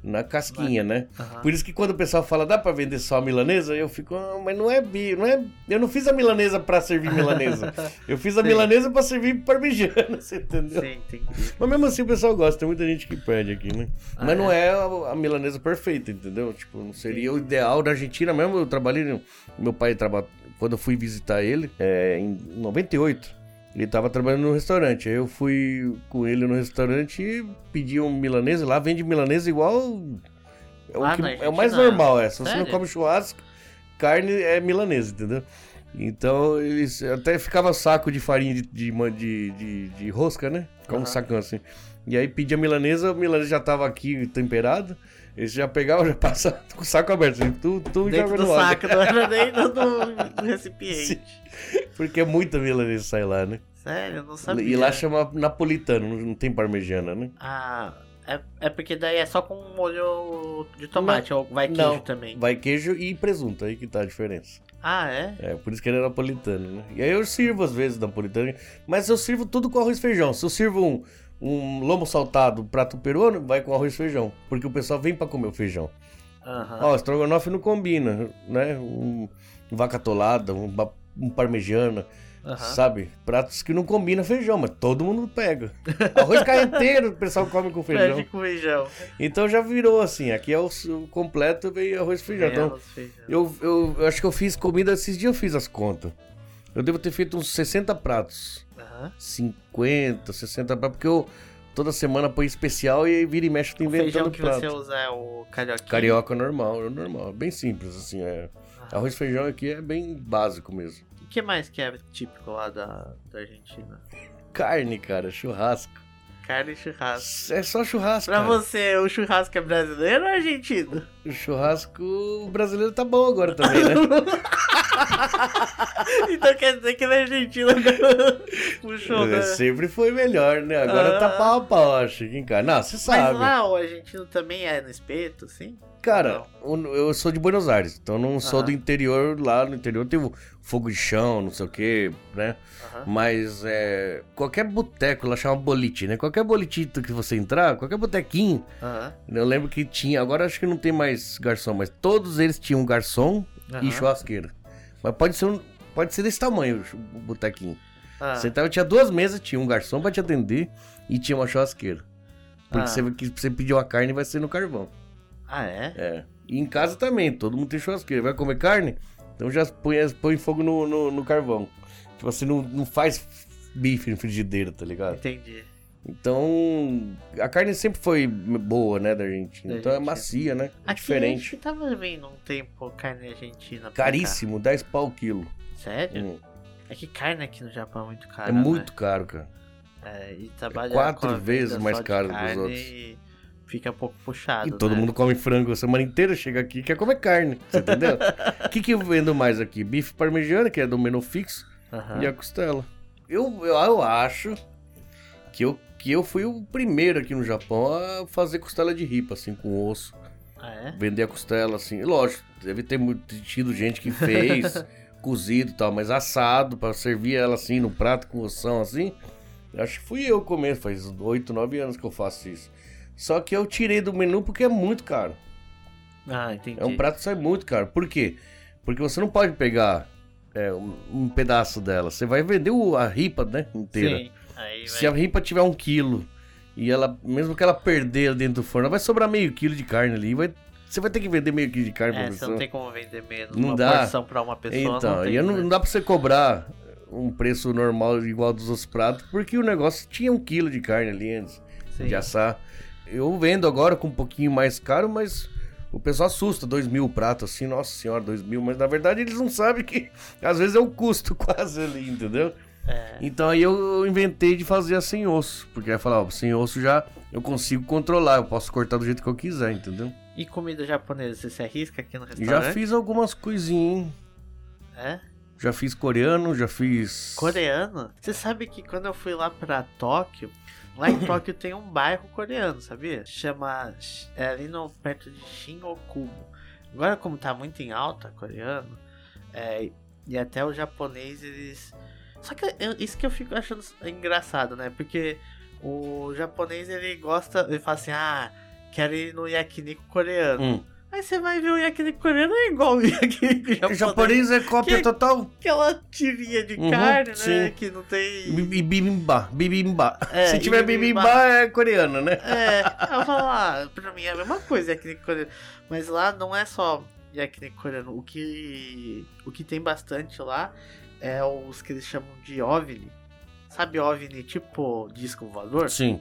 Speaker 1: na casquinha, né?
Speaker 2: aham.
Speaker 1: Por isso que quando o pessoal fala, dá pra vender só a milanesa? Eu fico, "Ah, mas não é bi, não é... Eu não fiz a milanesa pra servir milanesa. Eu fiz a
Speaker 2: Sim.
Speaker 1: milanesa pra servir parmegiana, você entendeu?
Speaker 2: Sim, entendi.
Speaker 1: Mas mesmo assim o pessoal gosta, tem muita gente que pede aqui, né?
Speaker 2: Ah,
Speaker 1: mas não é a, a milanesa perfeita, entendeu? Tipo, não seria o ideal da Argentina mesmo. Eu trabalhei, no- meu pai trabalha, quando eu fui visitar ele, é, em 98... Ele tava trabalhando no restaurante. Aí eu fui com ele no restaurante e pedi um milanesa. Lá vende milanesa igual. É o,
Speaker 2: Lá
Speaker 1: que-
Speaker 2: Ah, na
Speaker 1: é o mais
Speaker 2: Argentina?
Speaker 1: normal, é. Se você não
Speaker 2: Sério?
Speaker 1: come churrasco, carne é milanesa, entendeu? Então, eles até ficava saco de farinha de, de, ma- de, de- de rosca, né? Ficava um
Speaker 2: Aham.
Speaker 1: sacão assim. E aí pedia milanesa, a milanesa já tava aqui temperada. Eles já pegavam, já passavam com o saco aberto. assim, Tu, tu e jogava
Speaker 2: Dentro do
Speaker 1: no ar. né?
Speaker 2: saco, não era dentro do, do recipiente.
Speaker 1: Porque muita milanesa sai lá, né?
Speaker 2: Sério, eu não sabia.
Speaker 1: E lá chama napolitano, não- não tem parmegiana, né?
Speaker 2: Ah, é, é porque daí é só com molho de tomate, ou vai queijo
Speaker 1: não.
Speaker 2: também.
Speaker 1: Vai queijo e presunto, aí que tá a diferença.
Speaker 2: Ah, é?
Speaker 1: É, por isso que ele é napolitano, né? E aí eu sirvo às vezes napolitano, mas eu sirvo tudo com arroz e feijão. Se eu sirvo um, um lombo saltado, prato peruano, vai com arroz e feijão. Porque o pessoal vem pra comer o feijão.
Speaker 2: Aham.
Speaker 1: Ó, estrogonofe não combina, né? Um vaca atolada, um, ba- um parmegiana,
Speaker 2: aham.
Speaker 1: sabe? Pratos que não combinam feijão, mas todo mundo pega. Arroz carreteiro o pessoal come com feijão.
Speaker 2: Feijão. com feijão.
Speaker 1: Então já virou assim, aqui é o, o completo, veio arroz e feijão. Então,
Speaker 2: Menos feijão.
Speaker 1: eu, eu, eu acho que eu fiz comida esses dias, eu fiz as contas. Eu devo ter feito uns 60 pratos.
Speaker 2: Aham.
Speaker 1: 50, 60 pratos, porque eu toda semana põe especial e aí vira e mexe eu tô
Speaker 2: O feijão
Speaker 1: inventando
Speaker 2: que
Speaker 1: prato.
Speaker 2: você usa é o carioquinho.
Speaker 1: Carioca normal, é normal, é bem simples assim, é. Arroz e feijão aqui é bem básico mesmo.
Speaker 2: O que mais que é típico lá da, da Argentina?
Speaker 1: Carne, cara, churrasco.
Speaker 2: Carne e churrasco.
Speaker 1: É só churrasco.
Speaker 2: Pra
Speaker 1: Cara.
Speaker 2: você, o churrasco é brasileiro ou argentino?
Speaker 1: O churrasco brasileiro tá bom agora também, né?
Speaker 2: então quer dizer que na Argentina puxou, né?
Speaker 1: É, Sempre foi melhor, né? Agora
Speaker 2: Ah.
Speaker 1: tá pau a pau, acho, hein, cara. Não, você sabe.
Speaker 2: Mas lá o argentino também é no espeto, sim?
Speaker 1: Cara, eu eu sou de Buenos Aires, então não sou
Speaker 2: Aham.
Speaker 1: do interior. Lá no interior tem o fogo de chão, não sei o que, né?
Speaker 2: Aham.
Speaker 1: Mas é, qualquer boteco, lá chama bolite, né? Qualquer bolitito que você entrar, qualquer botequinho,
Speaker 2: Aham.
Speaker 1: eu lembro que tinha. Agora acho que não tem mais garçom, mas todos eles tinham um garçom e
Speaker 2: aham,
Speaker 1: churrasqueira. Mas pode ser, um- pode ser desse tamanho o botequinho.
Speaker 2: ah,
Speaker 1: Você tá- tava, tinha duas mesas, tinha um garçom pra te atender e tinha uma churrasqueira. Porque
Speaker 2: Ah.
Speaker 1: você, que você pediu a carne vai ser no carvão.
Speaker 2: ah, é?
Speaker 1: É. E em casa também, todo mundo tem churrasqueira. Vai comer carne? Então já põe, põe fogo no, no, no carvão. Tipo assim, não, não faz bife na frigideira, tá ligado?
Speaker 2: Entendi.
Speaker 1: Então, a carne sempre foi boa, né, da Argentina.
Speaker 2: Da
Speaker 1: então é
Speaker 2: Argentina.
Speaker 1: macia, né? É
Speaker 2: Aqui acho
Speaker 1: diferente.
Speaker 2: que tava vindo um tempo carne argentina. pra cá.
Speaker 1: Caríssimo, 10 pau o quilo.
Speaker 2: Sério?
Speaker 1: Hum,
Speaker 2: É que carne aqui no Japão é muito cara.
Speaker 1: é muito caro, cara.
Speaker 2: Né? É, e trabalhar
Speaker 1: quatro
Speaker 2: com a
Speaker 1: vezes
Speaker 2: vida
Speaker 1: mais
Speaker 2: só de
Speaker 1: caro que os
Speaker 2: carne
Speaker 1: outros.
Speaker 2: e Fica um pouco puxado.
Speaker 1: E todo
Speaker 2: né?
Speaker 1: mundo come frango a semana inteira, chega aqui e quer comer carne, você entendeu? O que, que eu vendo mais aqui? Bife parmegiana, que é do menu fixo,
Speaker 2: Aham.
Speaker 1: e a costela. Tá. Eu, eu, eu acho que eu, que eu fui o primeiro aqui no Japão a fazer costela de ripa, assim, com osso.
Speaker 2: Ah, é?
Speaker 1: Vender a costela, assim. Lógico, deve ter muito- tido gente que fez, cozido e tal, mas assado, pra servir ela assim, no prato com ossão, assim. eu Acho que fui eu comer, faz 8, 9 anos que eu faço isso. Só que eu tirei do menu porque é muito caro.
Speaker 2: Ah, entendi.
Speaker 1: É um prato que sai muito caro. Por quê? Porque você não pode pegar é, um, um pedaço dela. Você vai vender o- a ripa, né? Inteira.
Speaker 2: Sim. Aí
Speaker 1: Se a
Speaker 2: vai...
Speaker 1: ripa tiver um quilo e ela, mesmo que ela perder dentro do forno, vai sobrar meio quilo de carne ali. Vai, você vai ter que vender meio quilo de carne
Speaker 2: É,
Speaker 1: pra
Speaker 2: você
Speaker 1: pessoa.
Speaker 2: não tem como vender menos.
Speaker 1: Não
Speaker 2: uma
Speaker 1: dá.
Speaker 2: porção pra uma pessoa
Speaker 1: então,
Speaker 2: não tem,
Speaker 1: e eu não,
Speaker 2: né?
Speaker 1: não dá pra você cobrar um preço normal igual dos outros pratos, porque o negócio tinha um quilo de carne ali antes
Speaker 2: né? Sim.
Speaker 1: de assar. Eu vendo agora com um pouquinho mais caro, mas o pessoal assusta, dois mil o prato assim, nossa senhora, dois mil, mas na verdade eles não sabem que às vezes é o custo quase ali, entendeu?
Speaker 2: É.
Speaker 1: Então aí eu inventei de fazer a sem osso, porque aí eu falava, ó, sem osso já eu consigo controlar, eu posso cortar do jeito que eu quiser, entendeu?
Speaker 2: E comida japonesa, você se arrisca aqui no
Speaker 1: E já
Speaker 2: restaurante?
Speaker 1: fiz algumas coisinhas, hein?
Speaker 2: É?
Speaker 1: já fiz coreano, já fiz...
Speaker 2: Coreano? Você sabe que quando eu fui lá pra Tóquio, lá em Tóquio tem um bairro coreano, sabia? Chama. É ali no, perto de Shinjuku. Agora, como tá muito em alta coreano, é, e até o japonês eles. Só que eu- isso que eu fico achando engraçado, né? Porque o japonês ele gosta, ele fala assim: ah, quero ir no yakiniku coreano.
Speaker 1: Hum.
Speaker 2: Aí você vai ver o yakiniku coreano é igual o yakiniku
Speaker 1: O
Speaker 2: japonês.
Speaker 1: japonês é cópia
Speaker 2: um Que-
Speaker 1: total.
Speaker 2: Aquela tirinha de
Speaker 1: Uhum,
Speaker 2: carne, né?
Speaker 1: sim.
Speaker 2: Que não tem.
Speaker 1: Bi- Bibimbá, bibimbá.
Speaker 2: É,
Speaker 1: Se tiver
Speaker 2: bibimbá.
Speaker 1: bibimbá é coreano, né?
Speaker 2: É, eu falo, ah, pra mim é a mesma coisa, yakiniku coreano. Mas lá não é só yakiniku coreano. O que, o que tem bastante lá é os que eles chamam de OVNI. Sabe OVNI, tipo disco voador?
Speaker 1: Sim.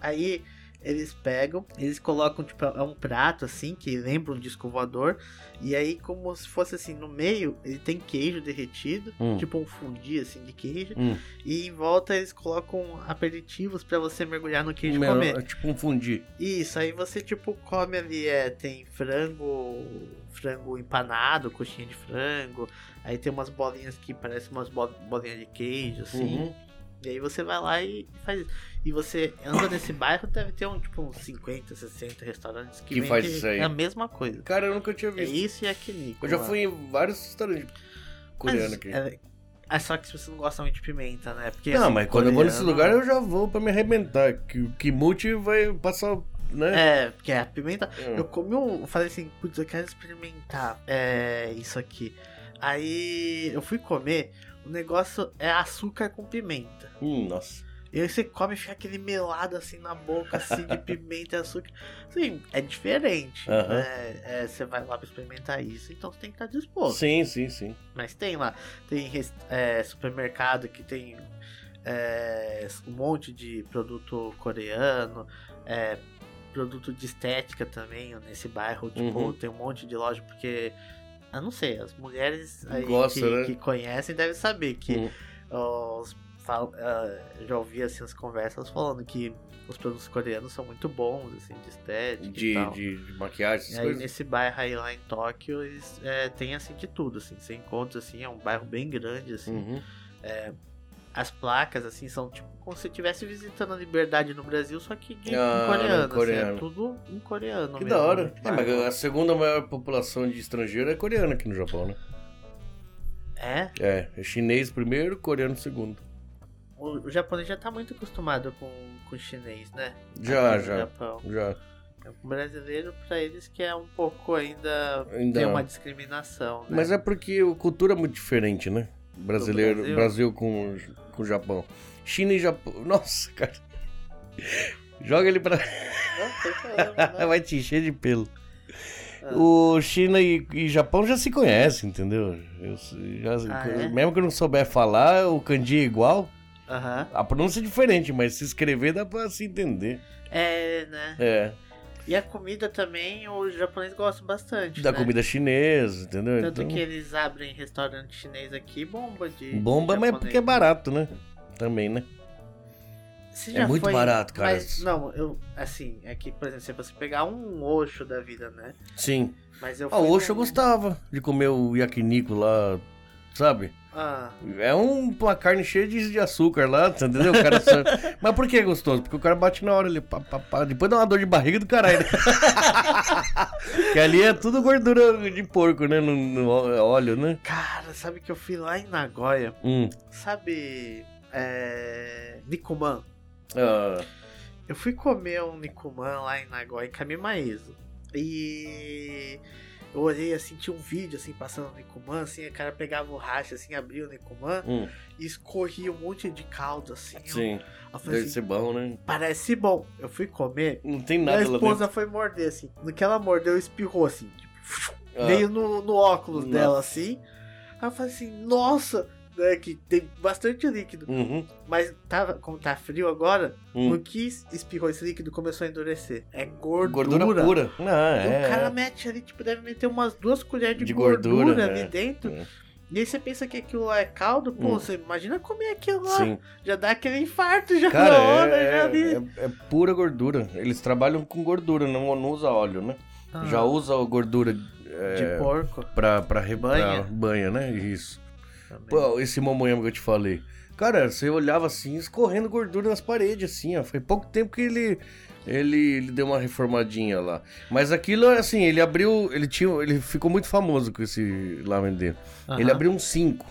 Speaker 2: Aí eles pegam, eles colocam tipo é um prato assim que lembra um disco voador e aí como se fosse assim no meio ele tem queijo derretido,
Speaker 1: Hum.
Speaker 2: tipo um fundi assim de queijo
Speaker 1: Hum.
Speaker 2: e em volta eles colocam aperitivos pra você mergulhar no queijo e
Speaker 1: Meu,
Speaker 2: comer.
Speaker 1: é tipo um fundi.
Speaker 2: Isso, aí você tipo come ali, é, tem frango, frango empanado, coxinha de frango, aí tem umas bolinhas que parecem umas bo- bolinhas de queijo, assim.
Speaker 1: Uhum.
Speaker 2: E aí você vai lá e faz isso. E você anda nesse bairro, deve ter um, tipo, uns 50, 60 restaurantes que,
Speaker 1: Que
Speaker 2: vende
Speaker 1: faz isso aí.
Speaker 2: a mesma coisa.
Speaker 1: Cara, eu nunca tinha
Speaker 2: É
Speaker 1: visto.
Speaker 2: isso e aquinico.
Speaker 1: Eu já
Speaker 2: lá.
Speaker 1: fui em vários restaurantes
Speaker 2: Mas
Speaker 1: coreanos aqui.
Speaker 2: É, é só que se você não gosta muito de pimenta, né? Porque,
Speaker 1: Não,
Speaker 2: assim,
Speaker 1: mas quando eu vou nesse
Speaker 2: coreano-
Speaker 1: lugar eu já né? vou pra me arrebentar. Que o Kimchi vai passar, né?
Speaker 2: É, porque a pimenta
Speaker 1: Hum.
Speaker 2: Eu comi um. eu Falei assim, putz, eu quero experimentar é, isso aqui. Aí eu fui comer, o negócio é açúcar com pimenta.
Speaker 1: Hum, nossa.
Speaker 2: E aí você come e fica aquele melado assim na boca, assim, de pimenta e açúcar. Assim, é diferente.
Speaker 1: Aham.
Speaker 2: né? É, você vai lá pra experimentar isso, então você tem que estar disposto.
Speaker 1: Sim, sim, sim.
Speaker 2: Mas tem lá, tem res- é, supermercado que tem é, um monte de produto coreano, é, produto de estética também nesse bairro, tipo,
Speaker 1: Uhum.
Speaker 2: tem um monte de loja, porque. Eu não sei, as mulheres aí
Speaker 1: Gosta,
Speaker 2: que,
Speaker 1: né?
Speaker 2: que conhecem devem saber que
Speaker 1: Hum.
Speaker 2: os, fal- ah, eu já ouvi assim as conversas falando que os produtos coreanos são muito bons, assim, de estética e
Speaker 1: De,
Speaker 2: tal. É
Speaker 1: de, de maquiagem,
Speaker 2: E
Speaker 1: essas
Speaker 2: aí
Speaker 1: coisas.
Speaker 2: nesse bairro aí lá em Tóquio, eles, é, tem assim de tudo, assim, você encontra assim, é um bairro bem grande, assim.
Speaker 1: Uhum.
Speaker 2: As placas, assim, são tipo como se você estivesse visitando a liberdade no Brasil, só que de em
Speaker 1: Ah,
Speaker 2: coreano,
Speaker 1: em coreano.
Speaker 2: assim, é tudo em coreano
Speaker 1: Que
Speaker 2: mesmo,
Speaker 1: da hora.
Speaker 2: né?
Speaker 1: É, mas a segunda maior população de estrangeiro é coreana aqui no Japão, né?
Speaker 2: É,
Speaker 1: É, é chinês primeiro, coreano segundo.
Speaker 2: o, o japonês já tá muito acostumado com, com o chinês, né?
Speaker 1: Já,
Speaker 2: Aqui no
Speaker 1: já,
Speaker 2: Japão. Então,
Speaker 1: já.
Speaker 2: O brasileiro, pra eles, que é um pouco ainda
Speaker 1: Ainda.
Speaker 2: tem uma discriminação, né?
Speaker 1: Mas é porque a cultura é muito diferente, né? Brasileiro,
Speaker 2: Brasil?
Speaker 1: Brasil, com, com Japão. China e Japão. Nossa, cara. Joga ele pra.
Speaker 2: Não, tem problema, né?
Speaker 1: Vai te encher de pelo.
Speaker 2: Ah.
Speaker 1: O China e, e Japão já se conhecem, entendeu? Eu se- já-
Speaker 2: Ah, é?
Speaker 1: Mesmo que eu não souber falar, o kanji é igual.
Speaker 2: Aham.
Speaker 1: A pronúncia é diferente, mas se escrever dá pra se entender.
Speaker 2: É, né?
Speaker 1: É.
Speaker 2: E a comida também, os japoneses gostam bastante.
Speaker 1: Da
Speaker 2: né?
Speaker 1: comida chinesa, entendeu?
Speaker 2: Tanto
Speaker 1: Então,
Speaker 2: que eles abrem restaurante chinês aqui, bomba de.
Speaker 1: bomba,
Speaker 2: de
Speaker 1: mas
Speaker 2: japonês.
Speaker 1: porque é barato, né? Também, né?
Speaker 2: Você
Speaker 1: É
Speaker 2: já
Speaker 1: muito
Speaker 2: foi-
Speaker 1: barato, cara.
Speaker 2: Mas, não, eu. Assim, é que, por exemplo, se você pegar um Oxo da vida, né?
Speaker 1: Sim.
Speaker 2: Mas eu.
Speaker 1: Ah,
Speaker 2: fui
Speaker 1: hoje eu
Speaker 2: num-
Speaker 1: gostava de comer o yakiniku lá, sabe?
Speaker 2: Ah,
Speaker 1: É um, uma carne cheia de, de açúcar lá, tá entendeu? O cara só- Mas por que é gostoso? Porque o cara bate na hora ali, pá, pá, pá. depois dá uma dor de barriga do caralho. Né? que ali é tudo gordura de porco, né? No, no ó- óleo, né?
Speaker 2: cara, sabe que eu fui lá em Nagoya?
Speaker 1: Hum.
Speaker 2: Sabe. É. Nikuman.
Speaker 1: Ah,
Speaker 2: Eu fui comer um Nikuman lá em Nagoya, em Kamimaizo. E eu olhei assim, tinha um vídeo assim passando o Nikuman, assim, a cara pegava o racha, assim, abria o Nikuman
Speaker 1: hum,
Speaker 2: e escorria um monte de caldo, assim.
Speaker 1: sim,
Speaker 2: Eu, eu falei
Speaker 1: deve
Speaker 2: assim,
Speaker 1: ser bom, né?
Speaker 2: parece bom. Eu fui comer,
Speaker 1: Não tem
Speaker 2: minha
Speaker 1: nada lá dentro.
Speaker 2: esposa foi morder, assim. No que ela mordeu, espirrou, assim, tipo,
Speaker 1: Ah,
Speaker 2: veio no, no óculos
Speaker 1: Nossa.
Speaker 2: dela, assim. Aí eu falei assim, nossa, né, que tem bastante líquido.
Speaker 1: uhum,
Speaker 2: Mas tava, como tá frio agora,
Speaker 1: hum.
Speaker 2: no que espirrou esse líquido, começou a endurecer. É gordura.
Speaker 1: Gordura pura. Ah,
Speaker 2: E
Speaker 1: é.
Speaker 2: O cara mete ali, tipo, deve meter umas duas colheres de,
Speaker 1: De
Speaker 2: gordura,
Speaker 1: gordura,
Speaker 2: ali
Speaker 1: né?
Speaker 2: dentro.
Speaker 1: É.
Speaker 2: E aí você pensa que aquilo lá é caldo, pô,
Speaker 1: Hum.
Speaker 2: você imagina comer aquilo lá.
Speaker 1: Sim.
Speaker 2: Já dá aquele infarto já
Speaker 1: Cara,
Speaker 2: na hora,
Speaker 1: é,
Speaker 2: já ali.
Speaker 1: é- é pura gordura. Eles trabalham com gordura, não, não usa óleo, né?
Speaker 2: Ah,
Speaker 1: Já usa a gordura é,
Speaker 2: de porco.
Speaker 1: pra, pra rebanha. banha,
Speaker 2: Banha.
Speaker 1: né? Isso.
Speaker 2: também.
Speaker 1: Pô, esse mamonhama que eu te falei. Cara, você olhava assim, escorrendo gordura nas paredes, assim, ó. Foi pouco tempo que ele, ele, ele deu uma reformadinha lá. Mas aquilo, assim, ele abriu. Ele, tinha, ele ficou muito famoso com esse lamen dele.
Speaker 2: Aham.
Speaker 1: Ele abriu um 5.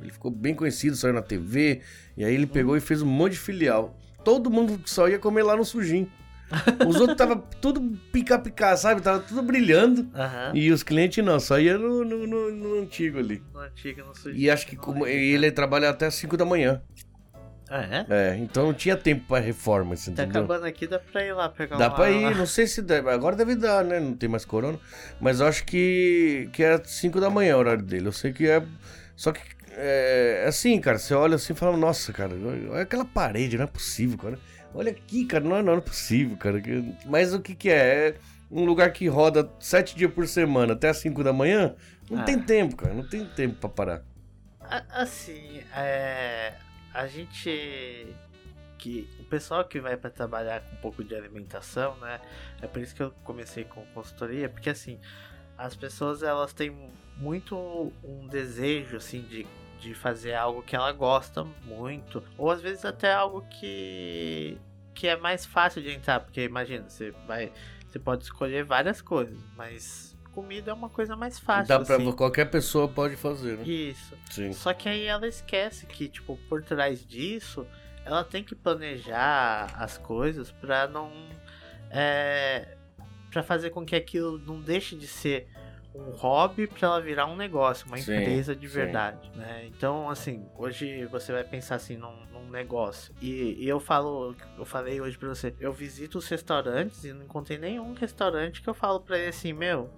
Speaker 1: Ele ficou bem conhecido, saiu na TV. E aí ele pegou e fez um monte de filial. Todo mundo só ia comer lá no sujinho. Os outros tava tudo pica-pica, sabe? Tava tudo brilhando.
Speaker 2: Aham.
Speaker 1: E os clientes não, só ia no, no, no- no antigo ali.
Speaker 2: No antigo, no sujeito.
Speaker 1: E acho que como- e ele trabalha até 5 da manhã.
Speaker 2: Ah, é?
Speaker 1: É, então não tinha tempo pra reforma, você
Speaker 2: Tá
Speaker 1: entendeu?
Speaker 2: acabando aqui, dá pra ir lá pegar
Speaker 1: Dá
Speaker 2: uma...
Speaker 1: pra ir, não sei se deve. Agora deve dar, né? Não tem mais corona. Mas eu acho que, que é 5 da manhã o horário dele. Eu sei que é. Só que é, é assim, cara. Você olha assim e fala, nossa, cara, olha aquela parede, não é possível, cara. Olha aqui, cara, não é, não é possível, cara. Que- Mas o que, que é? É um lugar que roda sete dias por semana até as 5 da manhã. Não
Speaker 2: Ah.
Speaker 1: tem tempo, cara. Não tem tempo pra parar.
Speaker 2: A- Assim, é... A gente... Que o pessoal que vai pra trabalhar com um pouco de alimentação, né? É por isso que eu comecei com consultoria, porque assim, as pessoas elas têm muito um desejo, assim, de, de fazer algo que ela gosta muito, ou às vezes até algo que, que é mais fácil de entrar, porque imagina, você vai, você pode escolher várias coisas, mas comida é uma coisa mais fácil.
Speaker 1: Dá pra,
Speaker 2: assim.
Speaker 1: Qualquer pessoa pode fazer, né?
Speaker 2: Isso.
Speaker 1: Sim.
Speaker 2: Só que aí ela esquece que, tipo, por trás disso, ela tem que planejar as coisas pra não. É, para fazer com que aquilo não deixe de ser um hobby pra ela virar um negócio, uma
Speaker 1: Sim,
Speaker 2: empresa de
Speaker 1: sim.
Speaker 2: verdade, né? Então, assim, hoje você vai pensar assim num, num negócio. E, e eu falo, eu falei hoje pra você, eu visito os restaurantes e não encontrei nenhum restaurante que eu falo pra ele assim, meu,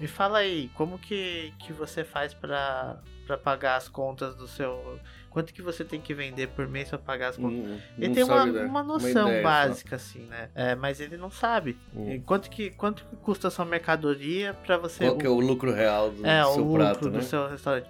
Speaker 2: me fala aí, como que, que você faz pra, pra pagar as contas do seu. Quanto que você tem que vender por mês pra pagar as contas?
Speaker 1: Não-
Speaker 2: Ele
Speaker 1: não
Speaker 2: Hum, tem uma,
Speaker 1: sabe, né?
Speaker 2: uma noção
Speaker 1: ideia só.
Speaker 2: básica, assim, né? É, mas ele não sabe.
Speaker 1: Hum.
Speaker 2: E Quanto que, quanto que custa a sua mercadoria pra você.
Speaker 1: Qual que é o lucro real do
Speaker 2: é, o
Speaker 1: seu
Speaker 2: lucro
Speaker 1: prato,
Speaker 2: do
Speaker 1: né?
Speaker 2: seu restaurante?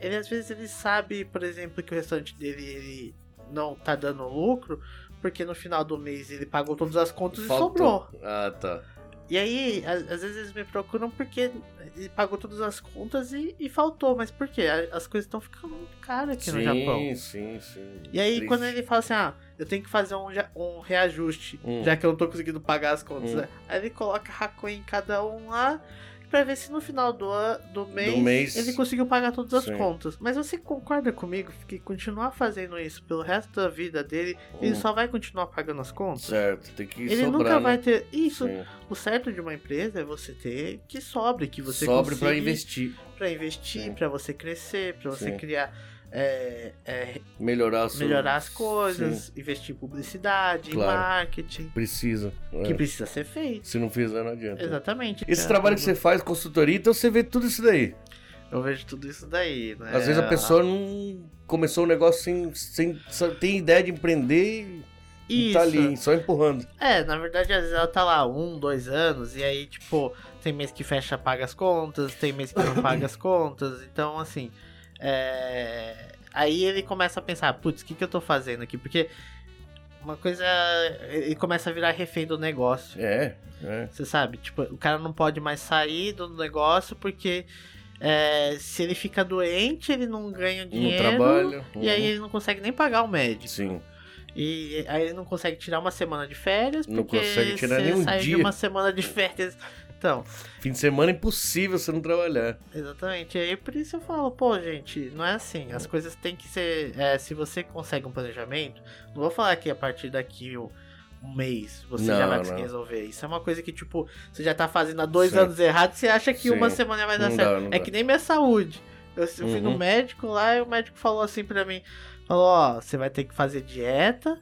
Speaker 2: Ele às vezes ele sabe, por exemplo, que o restaurante dele ele não tá dando lucro, porque no final do mês ele pagou todas as contas
Speaker 1: Faltou.
Speaker 2: e sobrou.
Speaker 1: Ah, tá.
Speaker 2: E aí, a- às, vezes eles me procuram porque ele pagou todas as contas e, e faltou. Mas por quê? A- As coisas estão ficando muito caras aqui no Japão.
Speaker 1: sim, sim.
Speaker 2: E aí,
Speaker 1: Triste.
Speaker 2: quando ele fala assim, ah, eu tenho que fazer um, ja- um reajuste,
Speaker 1: Hum.
Speaker 2: já que eu não tô conseguindo pagar as contas,
Speaker 1: Hum.
Speaker 2: né? Aí ele coloca Hakuen em cada um lá pra ver se no final do, an- do, mês,
Speaker 1: mês.
Speaker 2: ele conseguiu pagar todas as
Speaker 1: Sim.
Speaker 2: contas. Mas você concorda comigo que continuar fazendo isso pelo resto da vida dele, ele
Speaker 1: Hum.
Speaker 2: só vai continuar pagando as contas?
Speaker 1: Certo, tem que
Speaker 2: Ele
Speaker 1: sobrar,
Speaker 2: nunca
Speaker 1: né?
Speaker 2: vai ter. Isso,
Speaker 1: Sim.
Speaker 2: o certo de uma empresa é você ter que sobre, que você
Speaker 1: Sobre pra
Speaker 2: consiga
Speaker 1: investir,
Speaker 2: pra investir,
Speaker 1: Sim.
Speaker 2: pra você crescer, pra você
Speaker 1: Sim.
Speaker 2: criar, é, é,
Speaker 1: melhorar o seu...
Speaker 2: melhorar as coisas,
Speaker 1: Sim,
Speaker 2: investir em publicidade,
Speaker 1: Claro.
Speaker 2: em marketing,
Speaker 1: precisa. é.
Speaker 2: que É, precisa ser feito.
Speaker 1: Se não fizer, não adianta.
Speaker 2: Exatamente.
Speaker 1: Esse
Speaker 2: Cara,
Speaker 1: trabalho que você faz, consultoria, então você vê tudo isso daí.
Speaker 2: Eu vejo tudo isso daí, né?
Speaker 1: Às vezes a pessoa não começou o negócio sem, sem, só tem ideia de empreender e- e
Speaker 2: isso.
Speaker 1: tá ali, só empurrando.
Speaker 2: É, na verdade, às vezes ela tá lá um, dois anos, e aí, tipo, tem mês que fecha, paga as contas, tem mês que não paga as contas, então, assim, é... aí ele começa a pensar, putz, o que que eu tô fazendo aqui? Porque uma coisa, ele começa a virar refém do negócio,
Speaker 1: É, é.
Speaker 2: você sabe? Tipo, o cara não pode mais sair do negócio porque é, se ele fica doente, ele não ganha
Speaker 1: No
Speaker 2: dinheiro.
Speaker 1: Um trabalho. um
Speaker 2: E aí ele não consegue nem pagar o médico.
Speaker 1: Sim.
Speaker 2: E aí ele não consegue tirar uma semana de férias,
Speaker 1: Não
Speaker 2: porque
Speaker 1: consegue tirar
Speaker 2: se
Speaker 1: nem um
Speaker 2: ele sair
Speaker 1: dia.
Speaker 2: de uma semana de férias. Então,
Speaker 1: Fim de semana é impossível você não trabalhar.
Speaker 2: exatamente. E aí por isso eu falo, pô, gente, não é assim. As coisas têm que ser. é, se você consegue um planejamento, não vou falar que a partir daqui o- um mês você já
Speaker 1: Não,
Speaker 2: vai conseguir
Speaker 1: não.
Speaker 2: resolver. Isso é uma coisa que, tipo, você já tá fazendo há dois
Speaker 1: Sim.
Speaker 2: anos errado, você acha que
Speaker 1: Sim.
Speaker 2: uma semana vai dar
Speaker 1: Não
Speaker 2: certo.
Speaker 1: dá, não
Speaker 2: é
Speaker 1: dá.
Speaker 2: que nem minha saúde. Eu, eu fui no
Speaker 1: Uhum.
Speaker 2: médico lá e o médico falou assim pra mim. Falou, ó, você vai ter que fazer dieta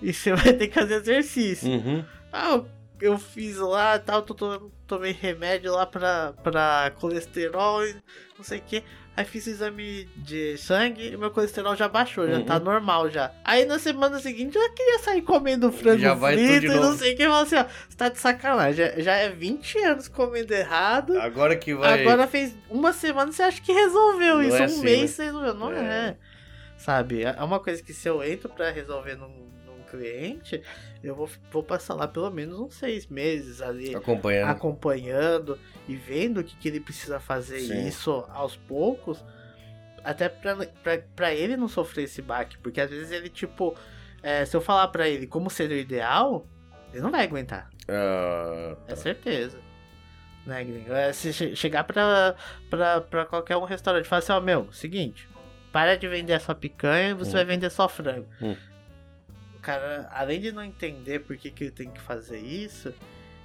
Speaker 2: e você vai ter que fazer exercício.
Speaker 1: Uhum.
Speaker 2: Ah, eu- eu fiz lá e tal, tô, tomando- tomei remédio lá pra, pra colesterol e não sei o que. Aí fiz o exame de sangue e meu colesterol já baixou, já
Speaker 1: Uhum.
Speaker 2: tá normal já. Aí na semana seguinte eu já queria sair comendo frango
Speaker 1: Já vai tudo
Speaker 2: frito
Speaker 1: de
Speaker 2: e
Speaker 1: novo.
Speaker 2: não sei o que. Eu falo assim, ó, você tá de sacanagem, já, já é 20 anos comendo errado.
Speaker 1: Agora que vai.
Speaker 2: Agora fez uma semana, você acha que resolveu
Speaker 1: Não
Speaker 2: isso.
Speaker 1: é
Speaker 2: um
Speaker 1: assim,
Speaker 2: mês
Speaker 1: né?
Speaker 2: você resolveu. Não é.
Speaker 1: É.
Speaker 2: Sabe? É uma coisa que se eu entro pra resolver num, num cliente, eu vou, vou passar lá pelo menos uns seis meses ali
Speaker 1: Tá Acompanhando.
Speaker 2: acompanhando e vendo o que, que ele precisa fazer
Speaker 1: Sim.
Speaker 2: isso aos poucos, até pra, pra, pra ele não sofrer esse baque, porque às vezes ele, tipo, é, se eu falar pra ele como seria o ideal, ele não vai aguentar.
Speaker 1: Ah,
Speaker 2: É certeza. Né, gringo? É, se che- chegar pra, pra, pra qualquer um restaurante e falar assim, ó, meu, seguinte, para de vender só picanha e você
Speaker 1: Hum.
Speaker 2: vai vender só frango.
Speaker 1: Hum.
Speaker 2: O cara, além de não entender por que, que ele tem que fazer isso,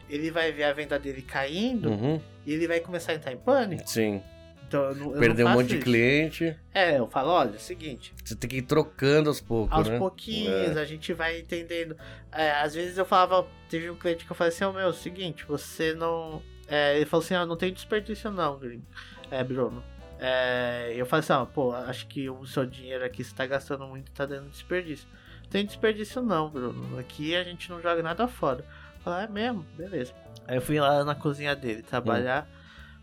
Speaker 2: ele vai ver a venda dele caindo
Speaker 1: uhum.
Speaker 2: e ele vai começar a entrar em pânico.
Speaker 1: Sim.
Speaker 2: Então eu não, eu não
Speaker 1: Perdeu um
Speaker 2: faço
Speaker 1: monte de
Speaker 2: isso.
Speaker 1: cliente.
Speaker 2: É, eu falo, olha, é o seguinte,
Speaker 1: Você tem que ir trocando aos poucos.
Speaker 2: aos
Speaker 1: né?
Speaker 2: pouquinhos, a gente vai entendendo. É, às vezes eu falava, teve um cliente que eu falei assim, ô meu, seguinte, você não. é, ele falou assim, ah, não tem desperdício não, gringo. É, Bruno. É, eu falei assim, ó, pô, acho que o seu dinheiro aqui você tá gastando muito, tá dando desperdício. Não tem desperdício não, Bruno. Aqui a gente não joga nada fora. Eu falei, é mesmo, beleza. Aí eu fui lá na cozinha dele trabalhar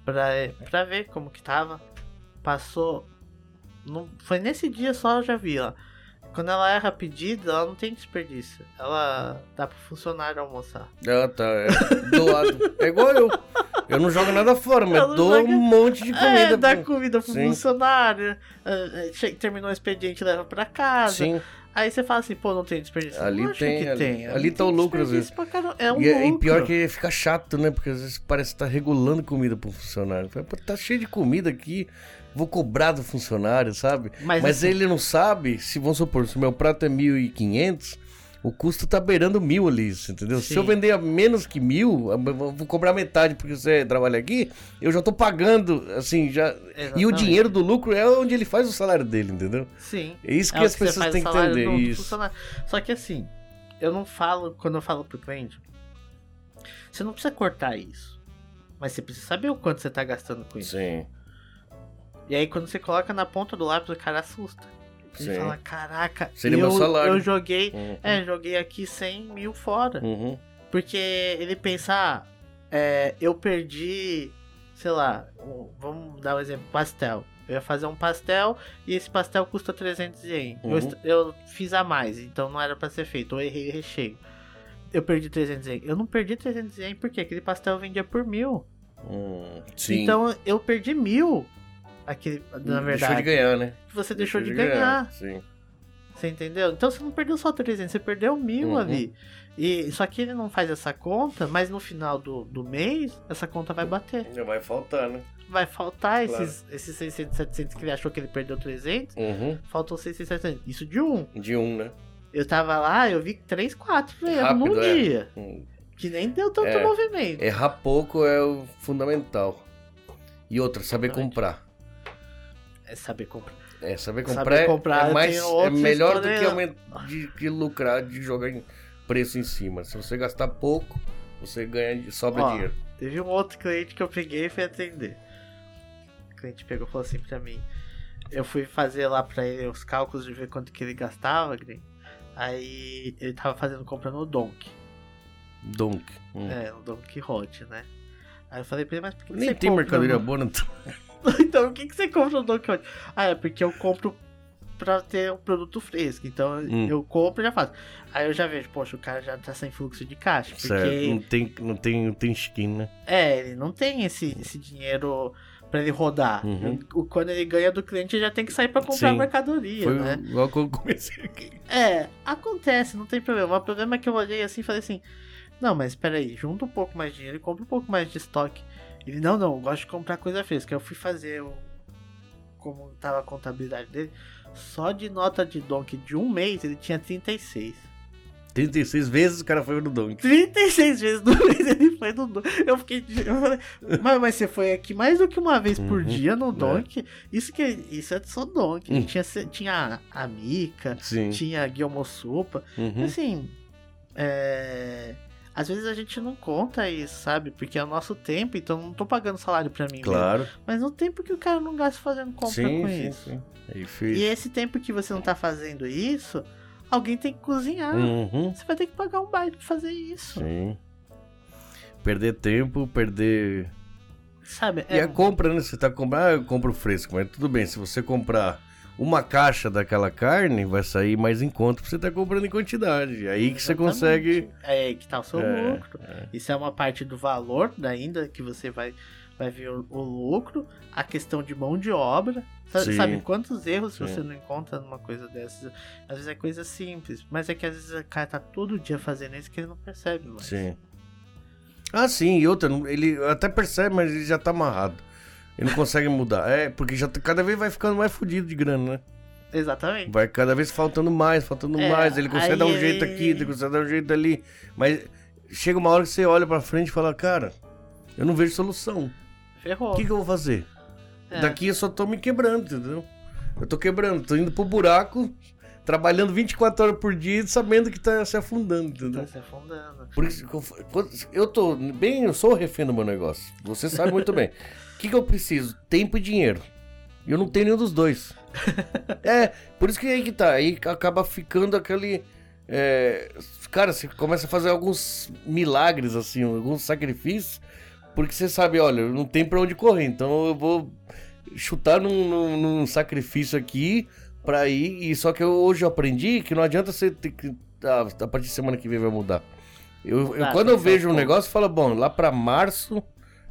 Speaker 2: pra, pra ver como que tava. Passou. Não, foi nesse dia só eu já vi lá. Quando ela erra pedido, ela não tem desperdício. Ela dá pro funcionário almoçar.
Speaker 1: Ah, tá. É doado. É igual eu. Eu não jogo nada fora, mas
Speaker 2: Eu não
Speaker 1: dou
Speaker 2: jogo-
Speaker 1: um monte de comida.
Speaker 2: é, dá
Speaker 1: pro-
Speaker 2: comida pro
Speaker 1: Sim.
Speaker 2: funcionário. é, é, che- Terminou o expediente, leva pra casa.
Speaker 1: Sim.
Speaker 2: Aí você fala assim, pô, não tem desperdício.
Speaker 1: Ali
Speaker 2: não acho
Speaker 1: tem,
Speaker 2: que
Speaker 1: ali-
Speaker 2: tem.
Speaker 1: ali tá o
Speaker 2: tem
Speaker 1: lucro, às
Speaker 2: desperdício pra caramba. É um
Speaker 1: e, é- e
Speaker 2: lucro.
Speaker 1: pior que fica chato, né? Porque às vezes parece que tá regulando comida pro funcionário. Fala, "Pô, Tá cheio de comida aqui, vou cobrar do funcionário, sabe?
Speaker 2: Mas,
Speaker 1: Mas é,
Speaker 2: assim,
Speaker 1: ele não sabe, se vamos supor, se o meu prato é 1.500, o custo tá beirando mil ali, você entendeu? Se eu
Speaker 2: Sim.
Speaker 1: vender a menos que mil, eu vou vou cobrar metade porque você trabalha aqui, eu já tô pagando, assim, já. E o
Speaker 2: exatamente.
Speaker 1: dinheiro do lucro é onde ele faz o salário dele, entendeu?
Speaker 2: Sim.
Speaker 1: É isso
Speaker 2: É
Speaker 1: que
Speaker 2: o
Speaker 1: as
Speaker 2: você
Speaker 1: pessoas
Speaker 2: faz
Speaker 1: têm
Speaker 2: o
Speaker 1: que
Speaker 2: salário
Speaker 1: entender.
Speaker 2: do- do
Speaker 1: Isso.
Speaker 2: funcionário. Só que assim, eu não falo, quando eu falo pro cliente, você não precisa cortar isso. Mas você precisa saber o quanto você tá gastando com isso.
Speaker 1: Sim,
Speaker 2: E aí quando você coloca na ponta do lápis, o cara assusta. Ele
Speaker 1: sim.
Speaker 2: fala, caraca,
Speaker 1: Seria
Speaker 2: eu,
Speaker 1: meu salário."
Speaker 2: eu joguei.
Speaker 1: Uhum.
Speaker 2: É, joguei aqui 100 mil fora.
Speaker 1: Uhum.
Speaker 2: Porque ele pensa, ah, é, eu perdi, sei lá, um- vamos dar um exemplo, pastel. Eu ia fazer um pastel e esse pastel custa 300 ien. Eu
Speaker 1: Uhum.
Speaker 2: est- Eu, fiz a mais, então não era pra ser feito. Eu errei o recheio. Eu perdi 300 ien. Eu não perdi 300 ien porque aquele pastel eu vendia por mil.
Speaker 1: Hum, Sim.
Speaker 2: Então eu perdi mil. Aquele, na
Speaker 1: Deixou de
Speaker 2: verdade,
Speaker 1: ganhar, né?
Speaker 2: você deixou, de ganhar.
Speaker 1: Sim.
Speaker 2: Você entendeu? Então você não perdeu só 300, você perdeu mil
Speaker 1: Uhum.
Speaker 2: ali. E, só que ele não faz essa conta, mas no final do, do mês, essa conta vai bater.
Speaker 1: Ainda vai faltar, né?
Speaker 2: Vai faltar
Speaker 1: Claro.
Speaker 2: esses, esses 600, 700 que ele achou que ele perdeu 300,
Speaker 1: Uhum.
Speaker 2: faltam 600, 700. Isso de um.
Speaker 1: De um, né?
Speaker 2: Eu tava lá, eu vi 3, 4 vendo
Speaker 1: Rápido,
Speaker 2: num
Speaker 1: é.
Speaker 2: dia.
Speaker 1: Hum.
Speaker 2: Que nem deu tanto
Speaker 1: É.
Speaker 2: movimento.
Speaker 1: Errar pouco é o fundamental. E outra, saber
Speaker 2: Exatamente.
Speaker 1: comprar.
Speaker 2: É saber comprar.
Speaker 1: É, saber
Speaker 2: Saber
Speaker 1: comprar, é-
Speaker 2: comprar,
Speaker 1: é,
Speaker 2: eu
Speaker 1: mais,
Speaker 2: tenho
Speaker 1: é
Speaker 2: outras
Speaker 1: melhor do
Speaker 2: histórias.
Speaker 1: que, aument- de, que lucrar, de jogar em preço em cima. Se você gastar pouco, você ganha de sobra
Speaker 2: Ó,
Speaker 1: dinheiro.
Speaker 2: Teve um outro cliente que eu peguei e fui atender. cliente pegou e falou assim pra mim. Eu fui fazer lá pra ele os cálculos de ver quanto que ele gastava, Green. Aí ele tava fazendo compra no Donk.
Speaker 1: Donk. Hum.
Speaker 2: É, no Don Quixote, né? Aí eu falei pra ele, mas por que, que
Speaker 1: Nem
Speaker 2: você
Speaker 1: tem
Speaker 2: compra
Speaker 1: mercadoria
Speaker 2: no-
Speaker 1: boa, não tem.
Speaker 2: então, o que, que você compra no Don Quixote? Ah, é porque eu compro pra ter um produto fresco. Então,
Speaker 1: Hum.
Speaker 2: eu compro e já faço. Aí eu já vejo, poxa, o cara já tá sem fluxo de caixa. Porque,
Speaker 1: Certo. é, Não tem, não tem, não tem skin, né?
Speaker 2: é, ele não tem esse, esse dinheiro pra ele rodar.
Speaker 1: Uhum.
Speaker 2: O, quando ele ganha do cliente, ele já tem que sair pra comprar
Speaker 1: Sim.
Speaker 2: mercadoria,
Speaker 1: Foi um-
Speaker 2: né?
Speaker 1: logo quando eu comecei aqui.
Speaker 2: É, acontece, não tem problema. O problema é que eu olhei assim e falei assim: Não, mas peraí, junta um pouco mais de dinheiro e compra um pouco mais de estoque. Ele, não, não, eu gosto de comprar coisa fresca. Eu fui fazer o. Como tava a contabilidade dele, só de nota de Donk de um mês ele tinha 36.
Speaker 1: 36 vezes o cara foi no Donk.
Speaker 2: 36 vezes no mês ele foi no Donk. Eu fiquei. Eu falei, mas, mas você foi aqui mais do que uma vez por
Speaker 1: Uhum,
Speaker 2: dia no Donk? Isso que isso é só Donk.
Speaker 1: Hum.
Speaker 2: Tinha, tinha a Mica,
Speaker 1: Sim.
Speaker 2: tinha a Guilherme Sopa.
Speaker 1: Uhum.
Speaker 2: Assim, é... às vezes a gente não conta isso, sabe? Porque é o nosso tempo, então não tô pagando salário pra mim.
Speaker 1: Claro.
Speaker 2: mesmo. Mas no tempo que o cara não gasta fazendo compra
Speaker 1: Sim,
Speaker 2: com
Speaker 1: sim,
Speaker 2: isso.
Speaker 1: sim. Aí
Speaker 2: E
Speaker 1: fez.
Speaker 2: esse tempo que você não tá fazendo isso, alguém tem que cozinhar.
Speaker 1: Uhum.
Speaker 2: Você vai ter que pagar um baile pra fazer isso.
Speaker 1: Sim. Perder tempo, perder
Speaker 2: Sabe? é
Speaker 1: E a compra, né? Você tá comprando, ah, eu compro fresco, mas tudo bem, se você comprar uma caixa daquela carne, vai sair mais em conta, porque você tá comprando em quantidade. É Aí que você
Speaker 2: Exatamente.
Speaker 1: consegue.
Speaker 2: É aí que tá o seu
Speaker 1: É,
Speaker 2: lucro. Isso é uma parte do valor da- ainda que você vai, vai ver o, o lucro. A questão de mão de obra. Sa-
Speaker 1: Sim.
Speaker 2: Sabe, quantos erros
Speaker 1: Sim.
Speaker 2: você não encontra numa coisa dessas? Às vezes é coisa simples, mas é que às vezes o cara tá todo dia fazendo isso que ele não percebe mais.
Speaker 1: Sim. Ah, sim, e outra, ele até percebe, mas ele já tá amarrado. Ele não consegue mudar. É, porque já tá- cada vez vai ficando mais fudido de grana, né?
Speaker 2: Exatamente.
Speaker 1: Vai cada vez faltando mais, faltando
Speaker 2: É,
Speaker 1: mais. Ele consegue dar um
Speaker 2: aí
Speaker 1: jeito aqui,
Speaker 2: ele-
Speaker 1: ele consegue dar um jeito ali. Mas chega uma hora que você olha pra frente e fala, cara, eu não vejo solução.
Speaker 2: Ferrou.
Speaker 1: O que, que eu vou fazer?
Speaker 2: É.
Speaker 1: Daqui eu só tô me quebrando, entendeu? Eu tô quebrando, tô indo pro buraco, trabalhando 24 horas por dia e sabendo que tá se afundando,
Speaker 2: Tá
Speaker 1: entendeu?
Speaker 2: se afundando.
Speaker 1: Por isso que eu, fa- quando- eu tô bem, eu sou refém do meu negócio. Você sabe muito bem. O que, que eu preciso? Tempo e dinheiro. E Eu não tenho nenhum dos dois. É, por isso que aí que tá. Aí acaba ficando aquele. é, cara, você começa a fazer alguns milagres, assim, alguns sacrifícios, porque você sabe, olha, não tem pra onde correr, então eu vou chutar num, num- num sacrifício aqui pra ir. E só que eu- hoje eu aprendi que não adianta você ter que. ah, a partir de semana que vem vai mudar. Eu, eu-
Speaker 2: Tá,
Speaker 1: quando
Speaker 2: tem
Speaker 1: eu
Speaker 2: que ser
Speaker 1: vejo um
Speaker 2: aos
Speaker 1: negócio, eu falo, bom, lá pra março.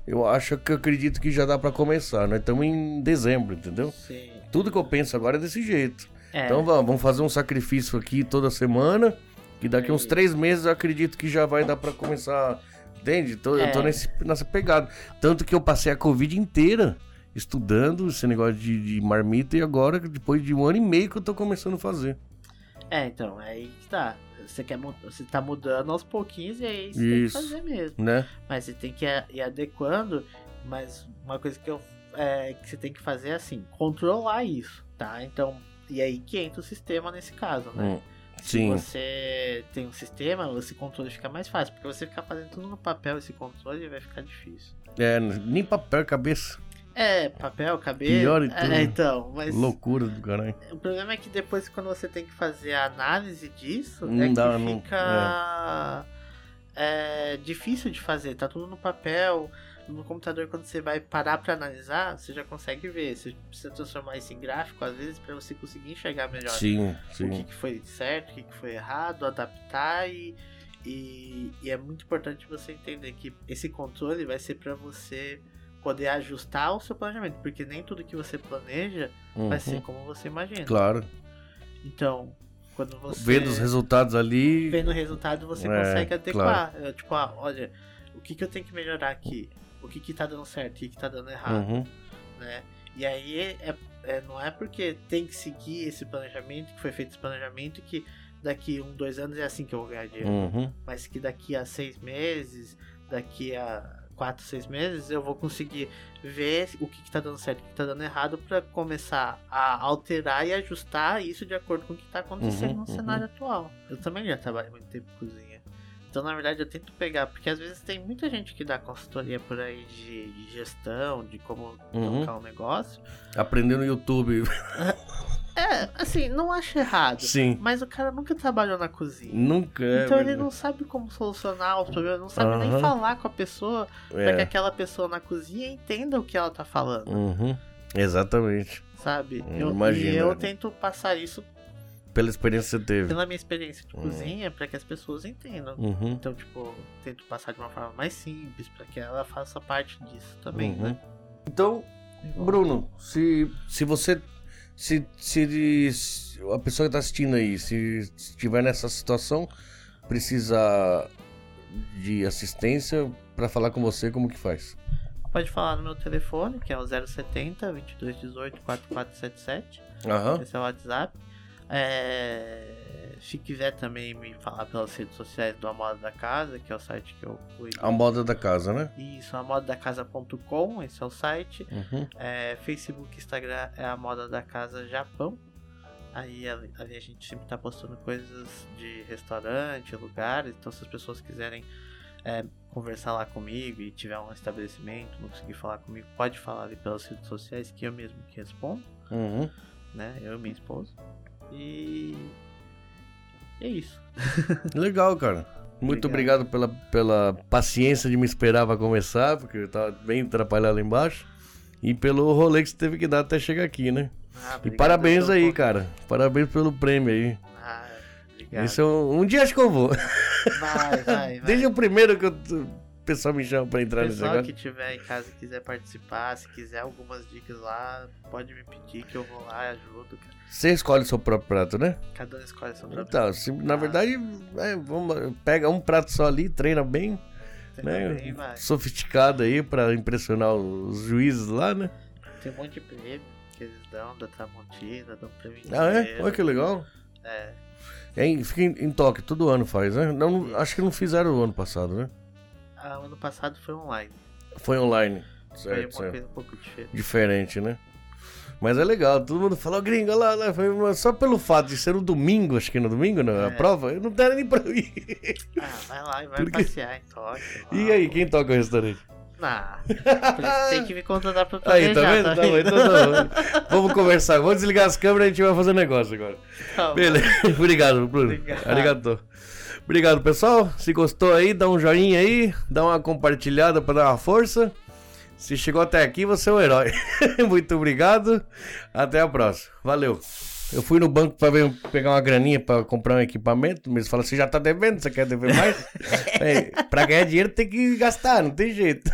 Speaker 1: Eu acho que eu acredito que já dá pra começar. Nós estamos em dezembro, entendeu?
Speaker 2: Sim.
Speaker 1: Tudo que eu penso agora é desse jeito.
Speaker 2: É,
Speaker 1: Então vamos, vamos fazer um sacrifício aqui toda semana. Que daqui uns
Speaker 2: É.
Speaker 1: três meses eu acredito que já vai dar pra começar. Entende? Tô- Eu tô
Speaker 2: É.
Speaker 1: nesse, nessa pegada. Tanto que eu passei a Covid inteira estudando esse negócio de, de marmita e agora, depois de um ano e meio, que eu tô começando a fazer.
Speaker 2: é, então, é aí que tá. Você, quer, mu- você tá mudando aos pouquinhos e aí você
Speaker 1: Isso.
Speaker 2: tem que fazer mesmo.
Speaker 1: Né?
Speaker 2: mas você tem que ir- ir adequando. Mas uma coisa que, eu, é, que você tem que fazer é assim, controlar isso, tá? Então, e aí que entra o sistema nesse caso, né?
Speaker 1: Hum, Sim.
Speaker 2: Se você tem um sistema, esse controle fica mais fácil, porque você ficar fazendo tudo no papel, esse controle vai ficar difícil.
Speaker 1: É, nem papel, cabeça.
Speaker 2: É, papel, cabelo.
Speaker 1: Pior e tudo.
Speaker 2: É, então, mas
Speaker 1: Loucura do caralho.
Speaker 2: o problema é que depois, quando você tem que fazer a análise disso,
Speaker 1: Não
Speaker 2: é que
Speaker 1: dá, não-
Speaker 2: fica é, difícil de fazer. Tá tudo no papel, no computador. Quando você vai parar pra analisar, você já consegue ver. Você precisa transformar isso em gráfico, às vezes, pra você conseguir enxergar melhor
Speaker 1: Sim,
Speaker 2: o que,
Speaker 1: sim.
Speaker 2: que foi certo, o que, que foi errado, adaptar e, e, e é muito importante você entender que esse controle vai ser pra você poder ajustar o seu planejamento, porque nem tudo que você planeja vai
Speaker 1: Uhum.
Speaker 2: ser como você imagina.
Speaker 1: Claro.
Speaker 2: Então, quando você
Speaker 1: Vendo os resultados ali.
Speaker 2: vendo o resultado, você
Speaker 1: É,
Speaker 2: consegue adequar. É, Tipo, ah, olha, o que, que eu tenho que melhorar aqui? O que, que tá dando certo? O que, que tá dando errado?
Speaker 1: Uhum.
Speaker 2: né? E aí é, é- não é porque tem que seguir esse planejamento, que foi feito esse planejamento, que daqui um, dois anos é assim que eu vou ganhar dinheiro.
Speaker 1: Uhum.
Speaker 2: Mas que daqui a seis meses, daqui a quatro, seis meses, eu vou conseguir ver o que, que tá dando certo, o que que tá dando errado, para começar a alterar e ajustar isso de acordo com o que tá acontecendo
Speaker 1: Uhum,
Speaker 2: no
Speaker 1: uhum.
Speaker 2: cenário atual. Eu também já trabalhei muito tempo em cozinha. Então, na verdade, eu tento pegar, porque às vezes tem muita gente que dá consultoria por aí de, de gestão, de como
Speaker 1: Uhum.
Speaker 2: tocar um negócio.
Speaker 1: Aprender no YouTube.
Speaker 2: É, assim, não acho errado.
Speaker 1: Sim.
Speaker 2: Mas o cara nunca trabalhou na cozinha.
Speaker 1: Nunca. é
Speaker 2: então ele
Speaker 1: verdade.
Speaker 2: não sabe como solucionar os problemas, não sabe
Speaker 1: Aham.
Speaker 2: nem falar com a pessoa pra que
Speaker 1: É.
Speaker 2: aquela pessoa na cozinha entenda o que ela tá falando,
Speaker 1: Uhum. Exatamente.
Speaker 2: sabe?
Speaker 1: Eu
Speaker 2: Eu,
Speaker 1: imagino,
Speaker 2: e eu
Speaker 1: né?
Speaker 2: tento passar isso
Speaker 1: Pela experiência que você teve.
Speaker 2: pela minha experiência de
Speaker 1: Hum.
Speaker 2: cozinha pra que as pessoas entendam.
Speaker 1: Uhum.
Speaker 2: Então, tipo, tento passar de uma forma mais simples pra que ela faça parte disso também,
Speaker 1: Uhum.
Speaker 2: né?
Speaker 1: Então, Bruno, se, se você. Se, se, se a pessoa que tá assistindo aí, se estiver nessa situação, precisa de assistência para falar com você, como que faz?
Speaker 2: Pode falar no meu telefone, que é o 070 2218 4477.
Speaker 1: Aham.
Speaker 2: Esse é o WhatsApp. É, Se quiser também me falar pelas redes sociais do A Moda da Casa, que é o site que eu cuido.
Speaker 1: A moda da casa, né?
Speaker 2: Isso, amodadacasa.com, esse é o site.
Speaker 1: Uhum.
Speaker 2: É, Facebook, Instagram é a Moda da Casa Japão. Aí ali ali a gente sempre tá postando coisas de restaurante, lugares. Então, se as pessoas quiserem é, conversar lá comigo e tiver um estabelecimento, não conseguir falar comigo, pode falar ali pelas redes sociais que eu mesmo que respondo,
Speaker 1: Uhum.
Speaker 2: né? Eu e minha esposa. E é isso.
Speaker 1: Legal, cara. Muito obrigado, pela, pela paciência de me esperar pra começar, porque eu tava bem atrapalhado lá embaixo. E pelo rolê que você teve que dar até chegar aqui, né?
Speaker 2: Ah,
Speaker 1: E
Speaker 2: obrigado
Speaker 1: parabéns
Speaker 2: pelo
Speaker 1: aí,
Speaker 2: convite.
Speaker 1: cara. Parabéns pelo prêmio aí.
Speaker 2: Ah, obrigado.
Speaker 1: Isso é um, um dia acho que eu vou.
Speaker 2: Vai, vai, vai.
Speaker 1: Desde o primeiro que eu- o pessoal me chama pra entrar nesse
Speaker 2: pessoal
Speaker 1: negócio.
Speaker 2: que tiver em casa e quiser participar, se quiser algumas dicas lá, pode me pedir que eu vou lá e ajudo. cara.
Speaker 1: Você escolhe o seu próprio prato, né?
Speaker 2: Cada um escolhe seu próprio.
Speaker 1: Então, se- na
Speaker 2: Ah.
Speaker 1: verdade, é, vamos- pega um prato só ali, treina bem,
Speaker 2: Tem,
Speaker 1: né?
Speaker 2: também, vai.
Speaker 1: Sofisticado aí pra impressionar os juízes lá, né?
Speaker 2: Tem um monte de prêmio que eles dão da Tramontina, dão prêmio
Speaker 1: Ah, é?
Speaker 2: inteiro.
Speaker 1: Olha que legal.
Speaker 2: É,
Speaker 1: É, em- fica em, em Tóquio, todo ano faz, né? Não, não- acho que não fizeram o ano passado, né?
Speaker 2: ah, ano passado foi online.
Speaker 1: Foi online.
Speaker 2: foi uma
Speaker 1: Certo, certo.
Speaker 2: coisa um pouco diferente.
Speaker 1: Diferente, né? Mas é legal, todo mundo fala, "Ó, gringo, olha lá, olha lá. Falei, "Mas só pelo fato de ser um domingo, acho que no domingo, na
Speaker 2: É.
Speaker 1: prova, eu não deram nem pra mim.
Speaker 2: Ah, vai lá e vai
Speaker 1: Porque-
Speaker 2: passear em Tóquio.
Speaker 1: E
Speaker 2: lá,
Speaker 1: aí,
Speaker 2: pô.
Speaker 1: quem toca o restaurante?
Speaker 2: Nah, por isso Ah, tem que me contratar pra planejar.
Speaker 1: Aí, tá vendo? Tá bom, então tá bom. Vamos conversar, vamos desligar as câmeras e a gente vai fazer um negócio agora.
Speaker 2: Tá bom.
Speaker 1: Beleza, obrigado, Bruno.
Speaker 2: Obrigado.
Speaker 1: Arigato. Obrigado, pessoal. Se gostou aí, dá um joinha aí, dá uma compartilhada pra dar uma força. Se chegou até aqui, você é um herói. Muito obrigado. Até a próxima. Valeu. Eu fui no banco pra ver- pegar uma graninha pra comprar um equipamento, mas fala, você já tá devendo, você quer dever mais? é, pra ganhar dinheiro tem que gastar, não tem jeito.